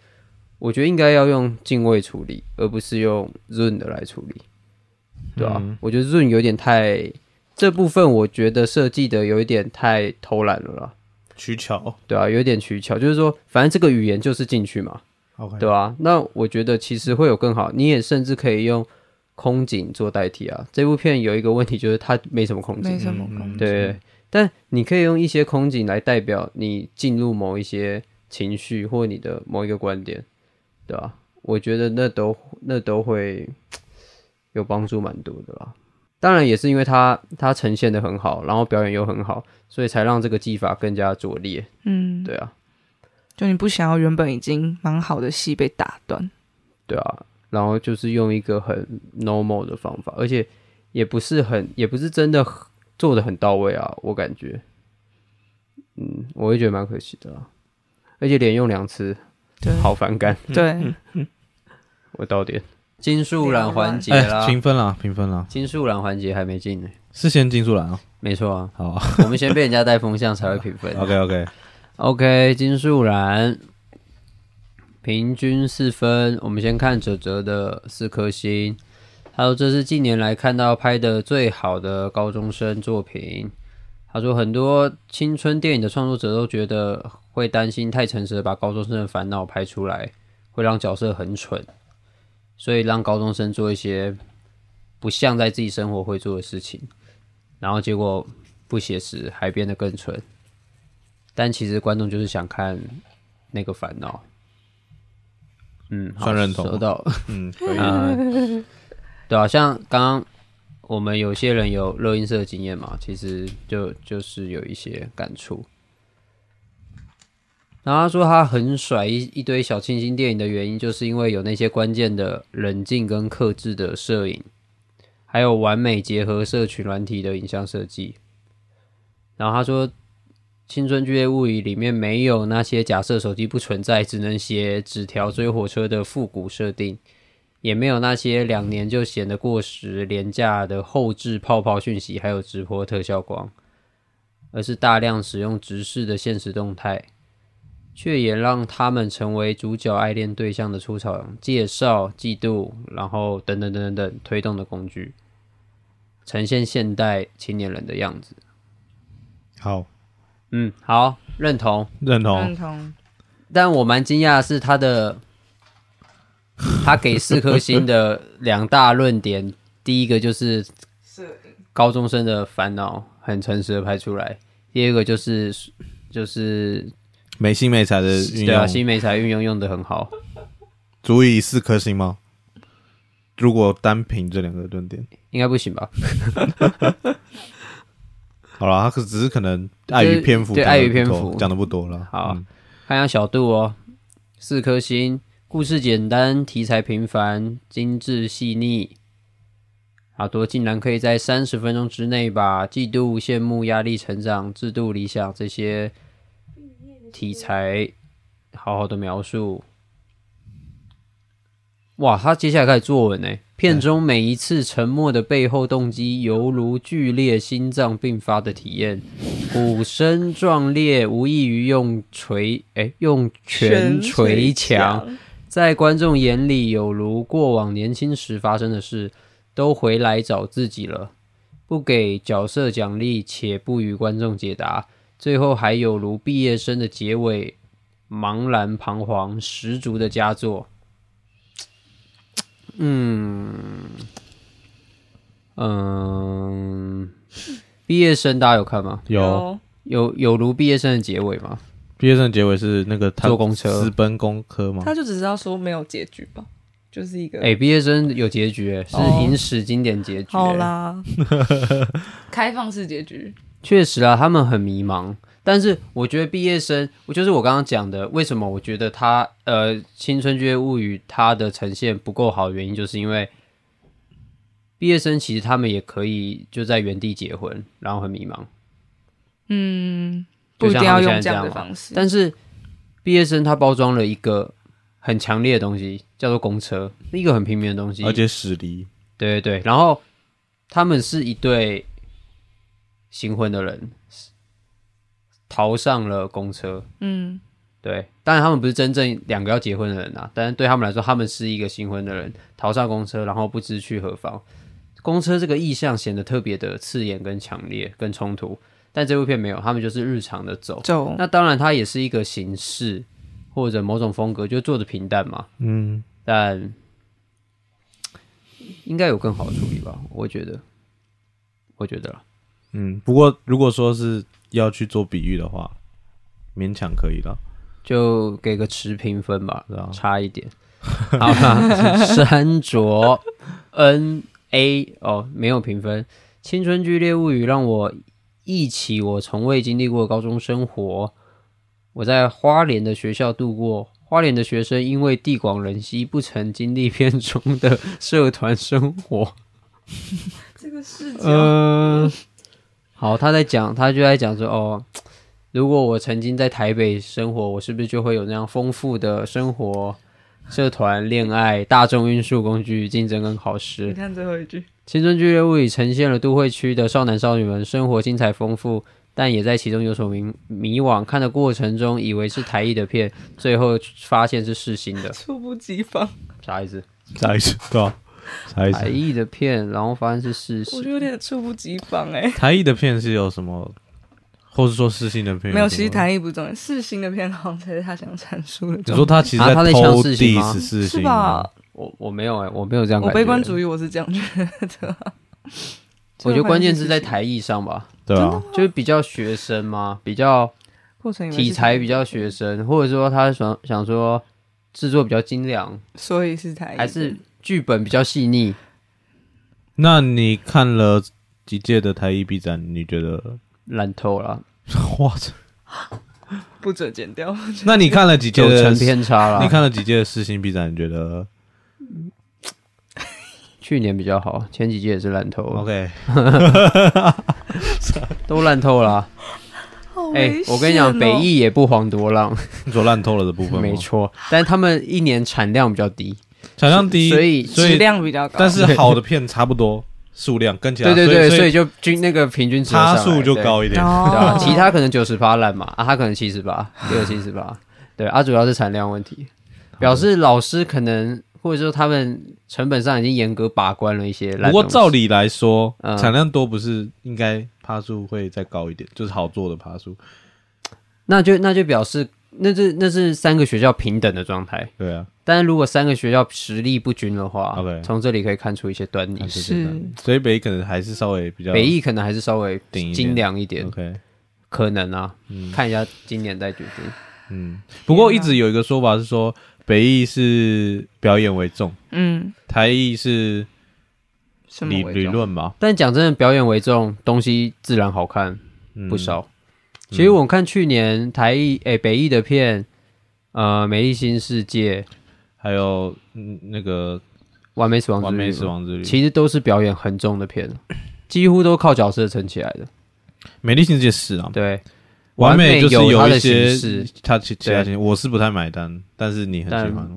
Speaker 1: 我觉得应该要用敬畏处理，而不是用润的来处理，对啊，
Speaker 3: 嗯
Speaker 1: 我觉得润有点太这部分，我觉得设计的有一点太偷懒了啦。
Speaker 3: 取巧
Speaker 1: 对啊，有一点取巧，就是说，反正这个语言就是进去嘛，
Speaker 3: ，OK，
Speaker 1: 对啊，那我觉得其实会有更好，你也甚至可以用空景做代替啊。这部片有一个问题就是它没什么空
Speaker 2: 没
Speaker 1: 景，
Speaker 2: 什么
Speaker 3: 嗯
Speaker 2: 关系
Speaker 1: 对但你可以用一些空景来代表你进入某一些情绪或你的某一个观点，对吧、啊我觉得那都那都会有帮助蛮多的啦。当然也是因为它它呈现的很好，然后表演又很好，所以才让这个技法更加拙劣。
Speaker 2: 嗯，
Speaker 1: 对啊，
Speaker 2: 就你不想要原本已经蛮好的戏被打断，
Speaker 1: 对啊，然后就是用一个很 normal 的方法，而且也不是很，也不是真的很做的很到位啊，我感啊觉，嗯，我会觉得蛮可惜的啦，而且连用两次，
Speaker 2: 对
Speaker 1: 好反感，
Speaker 2: 对，
Speaker 1: 嗯我到点。金素兰环节
Speaker 3: 哎，
Speaker 1: 啦，
Speaker 3: 评分啦，评分啦，
Speaker 1: 金素兰环节还没进呢。
Speaker 3: 是先金素兰啊，
Speaker 1: 没错啊，
Speaker 3: 好
Speaker 1: 我们先被人家带风向才会评分。
Speaker 3: ，OK OK，
Speaker 1: OK，金素兰平均四分。我们先看哲哲的四颗星，他说这是近年来看到拍的最好的高中生作品。他说很多青春电影的创作者都觉得会担心太诚实的把高中生的烦恼拍出来，会让角色很蠢，所以让高中生做一些不像在自己生活会做的事情，然后结果不写实，还变得更蠢。但其实观众就是想看那个烦恼。嗯，好
Speaker 3: 算认同
Speaker 1: 收到。
Speaker 3: 嗯，可以，
Speaker 1: 嗯，对啊，像刚刚我们有些人有热音社的经验嘛，其实就就是有一些感触。然后他说他很甩一一堆小清新电影的原因，就是因为有那些关键的冷静跟克制的摄影，还有完美结合社群软体的影像设计。然后他说，《青春剧烈物语》里面没有那些假设手机不存在，只能写纸条追火车的复古设定。也没有那些两年就显得过时、廉价的后置泡泡讯息，还有直播特效光，而是大量使用直视的现实动态，却也让他们成为主角爱恋对象的出场介绍、嫉妒，然后等等等等等推动的工具，呈现现代青年人的样子。
Speaker 3: 好，
Speaker 1: 嗯，好，认同。
Speaker 3: 认
Speaker 2: 认
Speaker 3: 同，
Speaker 2: 同，
Speaker 1: 但我蛮惊讶的是他的，他给四颗星的两大论点，第一个就是
Speaker 2: 是
Speaker 1: 高中生的烦恼很诚实的拍出来。第二个就是就是
Speaker 3: 美心美才的呃运
Speaker 1: 对啊，
Speaker 3: 用，
Speaker 1: 新媒材运用用的很好，
Speaker 3: 足以四颗星吗？如果单凭这两个论点，
Speaker 1: 应该不行吧？
Speaker 3: 好了，他可只是可能碍于篇幅
Speaker 1: 对
Speaker 3: 讲得
Speaker 1: 碍于
Speaker 3: 不多
Speaker 1: 篇幅
Speaker 3: 讲的不多了。
Speaker 1: 好
Speaker 3: 嗯
Speaker 1: 看一下小度哦，四颗星，故事简单，题材平凡，精致细腻。阿多竟然可以在三十分钟之内把嫉妒、羡慕、压力、成长、制度、理想这些题材好好的描述。哇，他接下来开始作文呢。片中每一次沉默的背后动机，犹如剧烈心脏病发的体验，鼓声壮烈，无异于用锤，哎、用拳锤墙。，在观众眼里，有如过往年轻时发生的事，都回来找自己了。不给角色奖励，且不与观众解答，最后还有如毕业生的结尾，茫然彷徨，十足的佳作。嗯嗯，毕业生大家有看吗？
Speaker 3: 有
Speaker 1: 有有如毕业生的结尾吗？
Speaker 3: 毕业证结尾是那个他
Speaker 1: 坐公车
Speaker 3: 私奔工科吗？
Speaker 2: 他就只知道说没有结局吧，就是一个
Speaker 1: 哎、毕业生有结局、欸，是
Speaker 2: 哦
Speaker 1: 影史经典结局、欸。
Speaker 2: 好啦， 开放式结局，
Speaker 1: 确实啊，他们很迷茫。但是我觉得毕业生，我就是我刚刚讲的，为什么我觉得他呃《青春剧物语》它的呈现不够好，原因就是因为毕业生其实他们也可以就在原地结婚，然后很迷茫。
Speaker 2: 嗯，不
Speaker 1: 就
Speaker 2: 一
Speaker 1: 像
Speaker 2: 定
Speaker 1: 他
Speaker 2: 要
Speaker 1: 们现在
Speaker 2: 用这
Speaker 1: 这样
Speaker 2: 样的
Speaker 1: 嘛
Speaker 2: 方。式，
Speaker 1: 但是毕业生他包装了一个很强烈的东西，叫做公车，一个很平民的东西，
Speaker 3: 而且史离
Speaker 1: 对对对，然后他们是一对新婚的人，逃上了公车。
Speaker 2: 嗯，
Speaker 1: 对，当然他们不是真正两个要结婚的人啊，但是对他们来说，他们是一个新婚的人，逃上公车，然后不知去何方。公车这个意象显得特别的刺眼、跟强烈、跟冲突，但这部片没有，他们就是日常的走。
Speaker 2: 走
Speaker 1: 那当然，它也是一个形式或者某种风格，就做的平淡嘛。
Speaker 3: 嗯，
Speaker 1: 但应该有更好的处理吧？我觉得，我觉得啦，
Speaker 3: 嗯，不过如果说是要去做比喻的话，勉强可以了，
Speaker 1: 就给个持平分吧，
Speaker 3: 是啊
Speaker 1: 差一点。好啦，山卓 N A 哦，没有评分，《青春剧烈物语》让我忆起我从未经历过的高中生活。我在花莲的学校度过，花莲的学生因为地广人稀，不曾经历 片中的社团生活。
Speaker 2: 这个视角，
Speaker 1: 呃
Speaker 3: 嗯、
Speaker 1: 好，他在讲，他就在讲说，哦，如果我曾经在台北生活，我是不是就会有那样丰富的生活、社团、恋爱、大众运输工具、竞争跟考试
Speaker 2: 你？看最后一句，
Speaker 1: 青春俱乐部已呈现了都会区的少男少女们生活精彩丰富，但也在其中有所迷迷惘。看的过程中，以为是台艺的片，最后发现是世新的，
Speaker 2: 猝不及防，
Speaker 1: 啥意思？
Speaker 3: 啥意思？ 对啊，啥意
Speaker 1: 台
Speaker 3: 思？
Speaker 1: 艺的片，然后发现是世
Speaker 2: 我
Speaker 1: 新
Speaker 2: 就。有点猝不及防哎、
Speaker 3: 台艺的片是有什么，或是说私信的片
Speaker 2: 没有，
Speaker 3: 什
Speaker 2: 其
Speaker 3: 么
Speaker 2: 实台艺不重要，世新的偏好才是他想阐述的重
Speaker 3: 你
Speaker 2: 点。
Speaker 3: 说他其实
Speaker 1: 啊他在呛
Speaker 3: 偷
Speaker 1: 世信吗
Speaker 3: diss 事
Speaker 2: 是
Speaker 3: 情
Speaker 2: 吧？？
Speaker 1: 我我没有哎、我没有这样
Speaker 2: 我
Speaker 1: 感觉。
Speaker 2: 悲观主义，我是这样觉得。
Speaker 1: 我觉得关键是在
Speaker 2: 这个环境
Speaker 1: 台艺上吧，
Speaker 3: 对啊，
Speaker 1: 就是比较学生嘛，比较
Speaker 2: 过程以嗯为是
Speaker 1: 题材比较学生，或者说他想想说制作比较精良，
Speaker 2: 所以是台艺
Speaker 1: 还是剧本比较细腻。
Speaker 3: 那你看了几届的台艺 B 展，你觉 得？
Speaker 1: 烂透了，
Speaker 3: 哇塞！
Speaker 2: 不准剪 掉。
Speaker 3: 那你看了几届
Speaker 1: 九
Speaker 3: 的
Speaker 1: 成？偏差了。
Speaker 3: 你看了几届的世新 B 展？你觉得
Speaker 1: 去年比较好，前几届也是烂透了，
Speaker 3: ？OK，
Speaker 1: 都烂透了啊。
Speaker 2: 好
Speaker 1: 哎、
Speaker 2: 危险哦
Speaker 1: 我跟你讲，北艺也不遑多让，
Speaker 3: 你说烂透了的部分吗
Speaker 1: 没，错，但他们一年产量比较低，
Speaker 3: 产量低，
Speaker 1: 所以
Speaker 3: 所
Speaker 2: 质
Speaker 3: 以
Speaker 2: 量比较高，
Speaker 3: 但是好的片差不多数量跟起 来，
Speaker 1: 对对对，
Speaker 3: 啊所以
Speaker 1: 所以就均那个平均值
Speaker 3: 差
Speaker 1: 上来
Speaker 3: 数就
Speaker 1: 对
Speaker 3: 高一点。
Speaker 1: 对
Speaker 2: 哦
Speaker 1: 啊，，其他可能九十八烂嘛，啊，他可能七十八，六七十八，对，啊，主要是产量问题，表示老师可能或者说他们成本上已经严格把关了一些烂
Speaker 3: 不
Speaker 1: 东西。
Speaker 3: 过照理来说，
Speaker 1: 嗯
Speaker 3: 产量多不是应该趴数会再高一点，就是好做的趴数。
Speaker 1: 那就那就表示那是那是三个学校平等的状态，
Speaker 3: 对啊，
Speaker 1: 但是如果三个学校实力不均的话
Speaker 3: OK
Speaker 1: 从这里可以看出一些端倪。
Speaker 2: 是
Speaker 3: 所以北艺可能还是稍微比较
Speaker 1: 北艺可能还是稍微
Speaker 3: 顶一点嗯
Speaker 1: 精良一点，
Speaker 3: OK，
Speaker 1: 可能啊，看一下今年再决定。
Speaker 3: 嗯。不过一直有一个说法是说，北艺是表演为重，
Speaker 2: 嗯，
Speaker 3: 台艺是
Speaker 2: 什么
Speaker 3: 理
Speaker 2: 为
Speaker 3: 理
Speaker 2: 重
Speaker 3: 论吧，
Speaker 1: 但讲真的，表演为重，东西自然好看。
Speaker 3: 嗯
Speaker 1: 不。少。其实我看去年台艺诶、北艺的片，呃，《美丽新世界》《
Speaker 3: 还有嗯那个
Speaker 1: 完美死亡之
Speaker 3: 完
Speaker 1: 旅
Speaker 3: 美死》亡之旅，
Speaker 1: 其实都是表演很重的片，几乎都靠角色撑起来的。
Speaker 3: 美丽心界是啊，
Speaker 1: 对，
Speaker 3: 完美就是
Speaker 1: 完美有它
Speaker 3: 一
Speaker 1: 的形
Speaker 3: 些
Speaker 1: 式
Speaker 3: 它其其他
Speaker 1: 对嗯
Speaker 3: 形式，我是不太买单，但是你很喜欢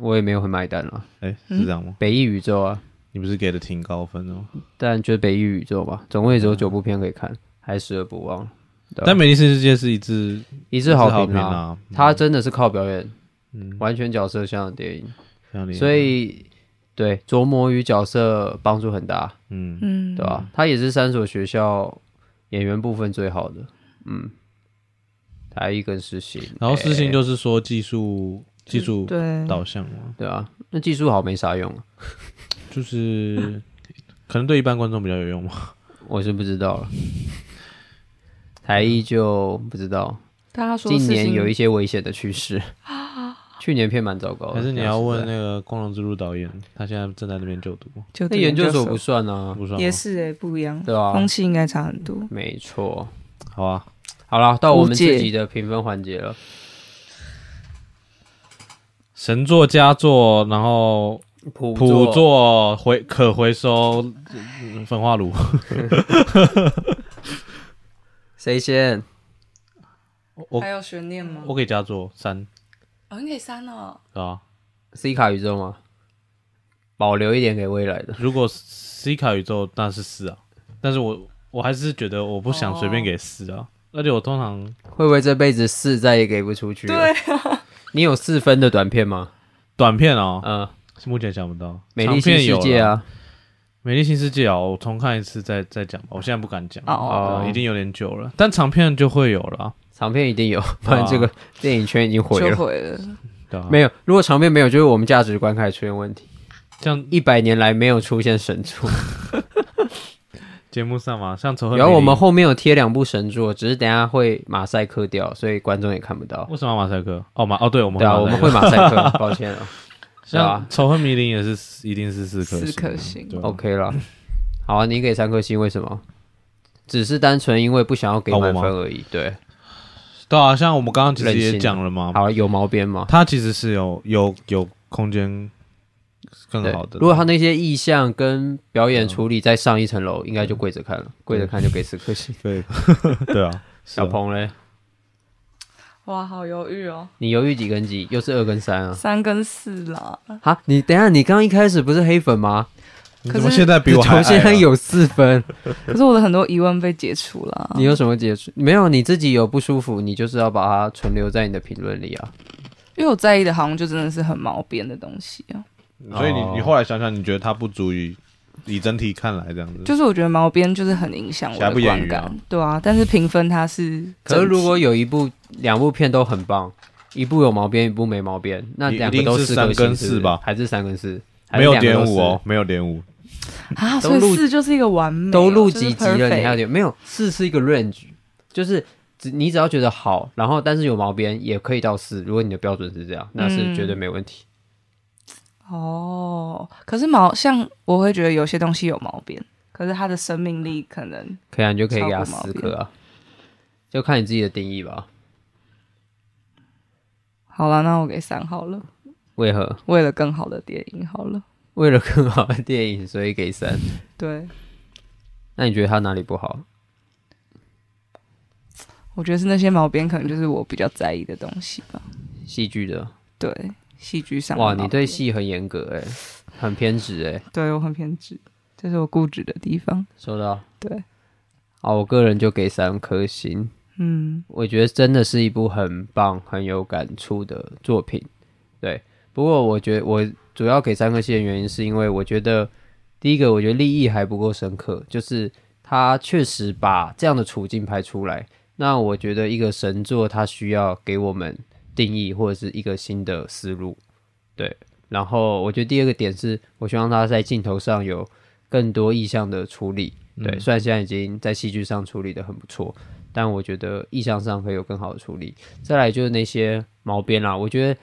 Speaker 3: 我，
Speaker 1: 我也没有很买单了。
Speaker 3: 哎，是这样吗？
Speaker 1: 北艺宇宙啊，
Speaker 3: 你不是给的挺高分的吗？
Speaker 1: 但就是北艺宇宙吧，总共也只有九部片可以看，还十二部忘了。对啊
Speaker 3: 但《美丽新世界》是一致
Speaker 1: 一
Speaker 3: 一
Speaker 1: 致好
Speaker 3: 评
Speaker 1: 评啊，
Speaker 3: 啊，
Speaker 1: 他真的是靠表演，
Speaker 3: 嗯
Speaker 1: 完全角色像的电影，
Speaker 3: 非常厉害
Speaker 1: 所以对琢磨与角色帮助很大。
Speaker 3: 嗯，
Speaker 2: 嗯，
Speaker 1: 对吧、啊他也是三所学校演员部分最好的，嗯，台艺跟世新，
Speaker 3: 然后事情
Speaker 1: 哎
Speaker 3: 就是说技术技术
Speaker 2: 嗯对，
Speaker 3: 导向嘛，
Speaker 1: 对啊，那技术好没啥用啊，
Speaker 3: 就是可能对一般观众比较有用嘛。
Speaker 1: 我是不知道了。 台艺就不知道，
Speaker 2: 大家说
Speaker 1: 今年有一
Speaker 2: 一
Speaker 1: 些危险的趋势。去年片蛮糟糕的，啊
Speaker 3: 还是你要问
Speaker 1: 讲实
Speaker 3: 那个《光荣之路》导演，他现在正在那边就读，
Speaker 2: 就
Speaker 1: 在那研究所不算啊，
Speaker 3: 不算吗
Speaker 2: 也是哎，不一样，
Speaker 1: 对啊吧、
Speaker 2: 风气应该差很多。
Speaker 1: 没错。
Speaker 3: 好啊，
Speaker 1: 好了，到我们
Speaker 2: 无解
Speaker 1: 自己的评分环节了。
Speaker 3: 神作佳作，然后
Speaker 1: 普
Speaker 3: 普作回可回收嗯焚化炉，
Speaker 1: 谁先？
Speaker 3: 我
Speaker 2: 有悬念吗
Speaker 3: 我给佳作三，
Speaker 2: 哦，你可以删哦。
Speaker 3: 是吧？
Speaker 1: C 卡宇宙吗？保留一点给未来的。
Speaker 3: 如果 C 卡宇宙那是四啊，但是我我还是觉得我不想随便给四啊，而且我通常
Speaker 1: 会不会这辈子四再也给不出去了？
Speaker 2: 对啊
Speaker 1: 你有四分的短片吗？
Speaker 3: 短片哦，
Speaker 1: 嗯、
Speaker 3: 目前想不到，
Speaker 1: 美丽
Speaker 3: 长
Speaker 1: 新
Speaker 3: 片有
Speaker 1: 世
Speaker 3: 啦
Speaker 1: 界，啊，
Speaker 3: 美丽新世界啊，我重看一次再再讲吧，我现在不敢讲，啊
Speaker 2: 哦，
Speaker 1: 哦
Speaker 3: 已经有点久了，但长片就会有了啊，啊
Speaker 1: 长片一定有，不然这个电影圈已经毁
Speaker 2: 就
Speaker 1: 了。
Speaker 2: 毁了。
Speaker 3: 对啊，
Speaker 1: 没有，如果长片没有，就是我们价值观开始出现问题。
Speaker 3: 像
Speaker 1: 一百年来没有出现神 作，
Speaker 3: 节目上嘛，像仇恨，
Speaker 1: 然后我们后面有贴两部神作，只是等一下会马赛克掉，所以观众也看不到。
Speaker 3: 为什么要马赛克？哦马哦，对，我们
Speaker 1: 对啊，
Speaker 3: 马赛
Speaker 1: 我们
Speaker 3: 克
Speaker 1: 会马赛克， 抱歉啊。对啊
Speaker 3: 像仇恨迷林也是一定是四颗
Speaker 2: 四颗星
Speaker 3: 星啊，对啊
Speaker 1: OK 了，好啊，你给三颗星，为什么？只是单纯因为不想要给
Speaker 3: 啊我
Speaker 1: 满
Speaker 3: 吗
Speaker 1: 分而已。对，
Speaker 3: 对啊，像我们刚刚其实
Speaker 1: 任性
Speaker 3: 也
Speaker 1: 啊
Speaker 3: 讲了嘛，
Speaker 1: 好啊，有毛边吗？
Speaker 3: 它其实是有有有空间更
Speaker 1: 对
Speaker 3: 好的。
Speaker 1: 如果他那些意象跟表演处理再上一嗯 层楼，应该就跪着看了，跪着看就给四颗星。
Speaker 3: 对对啊，是
Speaker 1: 小
Speaker 3: 啊
Speaker 1: 鹏嘞，
Speaker 2: 哇，好犹豫哦，
Speaker 1: 你犹豫几跟几？又是二跟三啊？
Speaker 2: 三跟四啦，
Speaker 1: 哈，你等一下，你刚一开始不是黑粉吗？
Speaker 3: 你
Speaker 2: 可
Speaker 3: 怎么
Speaker 2: 是
Speaker 3: 现在比我还矮
Speaker 1: 我
Speaker 3: 啊
Speaker 1: 现在有四 分，
Speaker 2: 可是我的很多疑问被解除了。啊
Speaker 1: 你有什么解释？没有，你自己有不舒服，你就是要把它存留在你的评论里啊。
Speaker 2: 因为我在意的好像就真的是很毛边的东西啊，
Speaker 3: 所以你
Speaker 1: 哦
Speaker 3: 你后来想想，你觉得它不足以以整体看来这样子，
Speaker 2: 就是我觉得毛边就是很影响我
Speaker 3: 瑕
Speaker 2: 的
Speaker 3: 不掩
Speaker 2: 观
Speaker 3: 瑜啊
Speaker 2: 感，对啊。但是评分它是
Speaker 1: 可是
Speaker 2: 整体
Speaker 1: 如果有一部、两部片都很棒，一部有毛边，一部没毛边，那两个都
Speaker 3: 一定是三
Speaker 1: 颗
Speaker 3: 跟
Speaker 1: 星
Speaker 3: 四
Speaker 1: 是不是
Speaker 3: 吧
Speaker 1: 还是三跟四？还是
Speaker 3: 没有
Speaker 1: 两个
Speaker 3: 点
Speaker 1: 都
Speaker 3: 五
Speaker 1: 是
Speaker 3: 哦，，没有点五，
Speaker 2: 啊，
Speaker 1: 都
Speaker 2: 所以
Speaker 1: 录
Speaker 2: 四就是一个完美哦，
Speaker 1: 都录
Speaker 2: 就是
Speaker 1: 几集了，你还有
Speaker 2: perfect
Speaker 1: 点没有？四是一个 range，就是只你只要觉得好，然后但是有毛边也可以到四，如果你的标准是这
Speaker 2: 嗯
Speaker 1: 样，那是绝对没问题。
Speaker 2: 哦。可是毛像我会觉得有些东西有毛边，可是它的生命力可能
Speaker 1: 可以啊，你就可以给他
Speaker 2: 超过毛
Speaker 1: 四
Speaker 2: 边
Speaker 1: 颗啊，就看你自己的定义吧。
Speaker 2: 好了，那我给三好了，
Speaker 1: 为何
Speaker 2: 为了更好的电影好了，
Speaker 1: 为了更好的电影，所以给三？
Speaker 2: 对。
Speaker 1: 那你觉得他哪里不好？
Speaker 2: 我觉得是那些毛边，可能就是我比较在意的东西吧。
Speaker 1: 戏剧的
Speaker 2: 对，戏剧上的
Speaker 1: 哇，
Speaker 2: 毛
Speaker 1: 你对
Speaker 2: 边
Speaker 1: 戏很严格哎、很偏执哎、
Speaker 2: 对我很偏执，这是我固执的地方。
Speaker 1: 收到。
Speaker 2: 对，
Speaker 1: 啊，我个人就给三颗星。
Speaker 2: 嗯，
Speaker 1: 我觉得真的是一部很棒、很有感触的作品。对，不过我觉得我主要给三颗星的原因，是因为我觉得第一个，我觉得立意还不够深刻，就是他确实把这样的处境拍出来。那我觉得一个神作，它需要给我们定义或者是一个新的思路。对，然后我觉得第二个点是，我希望他在镜头上有更多意象的处理。
Speaker 3: 嗯
Speaker 1: 对，虽然现在已经在戏剧上处理的很不错，但我觉得意向上可以有更好的处理。再来就是那些毛边啦，我觉得，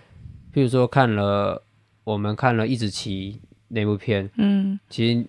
Speaker 1: 譬如说看了我们看了《一直骑》那部片，
Speaker 2: 嗯，
Speaker 1: 其实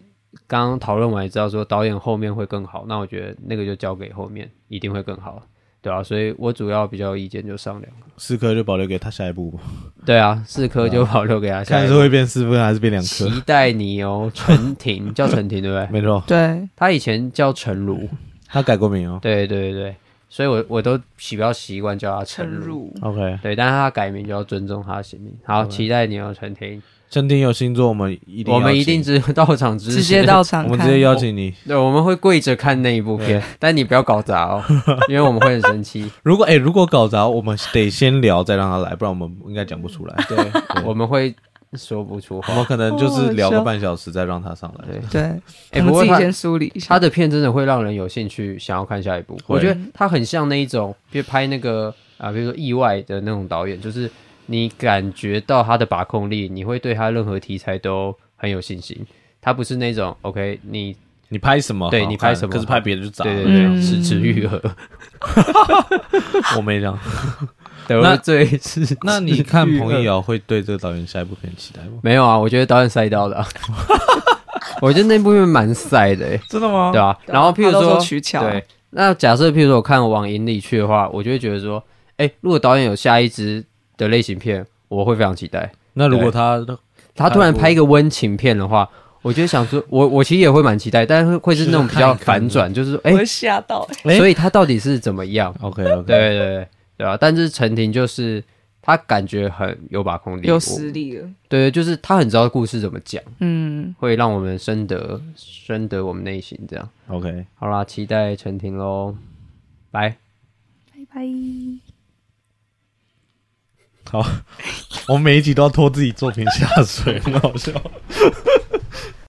Speaker 1: 刚刚讨论完也知道说导演后面会更好，那我觉得那个就交给后面，一定会更好，对啊，所以我主要比较有意见就上两个，
Speaker 3: 四颗就保留给他下一步吧，
Speaker 1: 对啊，四颗就保留给他下
Speaker 3: 看
Speaker 1: 一
Speaker 3: 是
Speaker 1: 个。
Speaker 3: 会变四分还是变两颗，
Speaker 1: 期待你哦，陈婷叫陈婷对不对？
Speaker 3: 没错，
Speaker 2: 对，
Speaker 1: 他以前叫陈如，
Speaker 3: 他改过名哦。
Speaker 1: 对对对对，所以我我都比较习惯叫他陈如。
Speaker 2: 入
Speaker 3: OK，
Speaker 1: 对，但是他改名就要尊重他的姓名。好，期待你哦，陈婷，
Speaker 3: 正定有星座，我们一定
Speaker 1: 我们
Speaker 3: 邀
Speaker 1: 一定
Speaker 3: 请
Speaker 1: 知 到场支持，
Speaker 2: 直接，到场
Speaker 3: 我
Speaker 2: 看，
Speaker 3: 们直接邀请你。
Speaker 1: 对，我们会跪着看那一部片，但你不要搞砸哦，因为我们会很生气。
Speaker 3: 如果哎、如果搞砸，我们得先聊，再让他来，不然我们应该讲不出来。
Speaker 1: 对，我们会说不出
Speaker 3: 我
Speaker 1: 话。
Speaker 3: 们可能就是聊
Speaker 2: 好
Speaker 3: 个
Speaker 2: 好笑
Speaker 3: 半小时，再让他上来。
Speaker 1: 对，
Speaker 2: 对，
Speaker 1: 哎，
Speaker 2: 我
Speaker 1: 不
Speaker 2: 们
Speaker 1: 过
Speaker 2: 自己
Speaker 1: 他
Speaker 2: 先梳理一下
Speaker 1: 他。的片真的会让人有兴趣，想要看下一部。
Speaker 3: 会
Speaker 1: 我觉得他很像那一种，比如拍那个啊，比如说意外的那种导演，就是你感觉到他的把控力，你会对他任何题材都很有信心。他不是那种 OK，你
Speaker 3: 你拍什么？
Speaker 1: 对
Speaker 3: 好
Speaker 1: 你
Speaker 3: 看
Speaker 1: 拍什么
Speaker 3: 可是拍别的就砸了。
Speaker 1: 对对对，
Speaker 2: 嗯
Speaker 1: 齿齿愈合，
Speaker 3: 我没 讲。
Speaker 1: 得罪是
Speaker 3: 那你看彭毅，尧会对这个导演下一部片期待吗？
Speaker 1: 没有啊？我觉得导演塞到的啊、 我觉得那部片蛮塞的、欸，
Speaker 3: 真的吗
Speaker 1: 对吧、然后譬如
Speaker 2: 哦啊他都
Speaker 1: 说，
Speaker 2: 取巧，
Speaker 1: 对，那假设譬如说我看往影里去的话，我就会觉得说，哎、如果导演有下一支的类型片，我会非常期待。
Speaker 3: 那如果他
Speaker 1: 他突然拍一个温情片的话。我就会想 说，我我其实也会蛮期待，但是会是那种比较
Speaker 3: 是看一看
Speaker 1: 反转，就是
Speaker 2: 我
Speaker 1: 哎、
Speaker 2: 会吓到、欸。
Speaker 3: 哎
Speaker 1: 所以他到底是怎么样？
Speaker 3: OK OK，
Speaker 1: 对对对对啊！但是陈婷就是他感觉很有把控力，
Speaker 2: 有
Speaker 1: 我
Speaker 2: 实力了，
Speaker 1: 对，就是他很知道故事怎么讲，
Speaker 2: 嗯，
Speaker 1: 会让我们深得深得我们内心这样。
Speaker 3: OK，
Speaker 1: 好啦，期待陈婷喽，拜。
Speaker 2: 拜拜。
Speaker 3: 好，我们每一集都要拖自己作品下水，很好笑。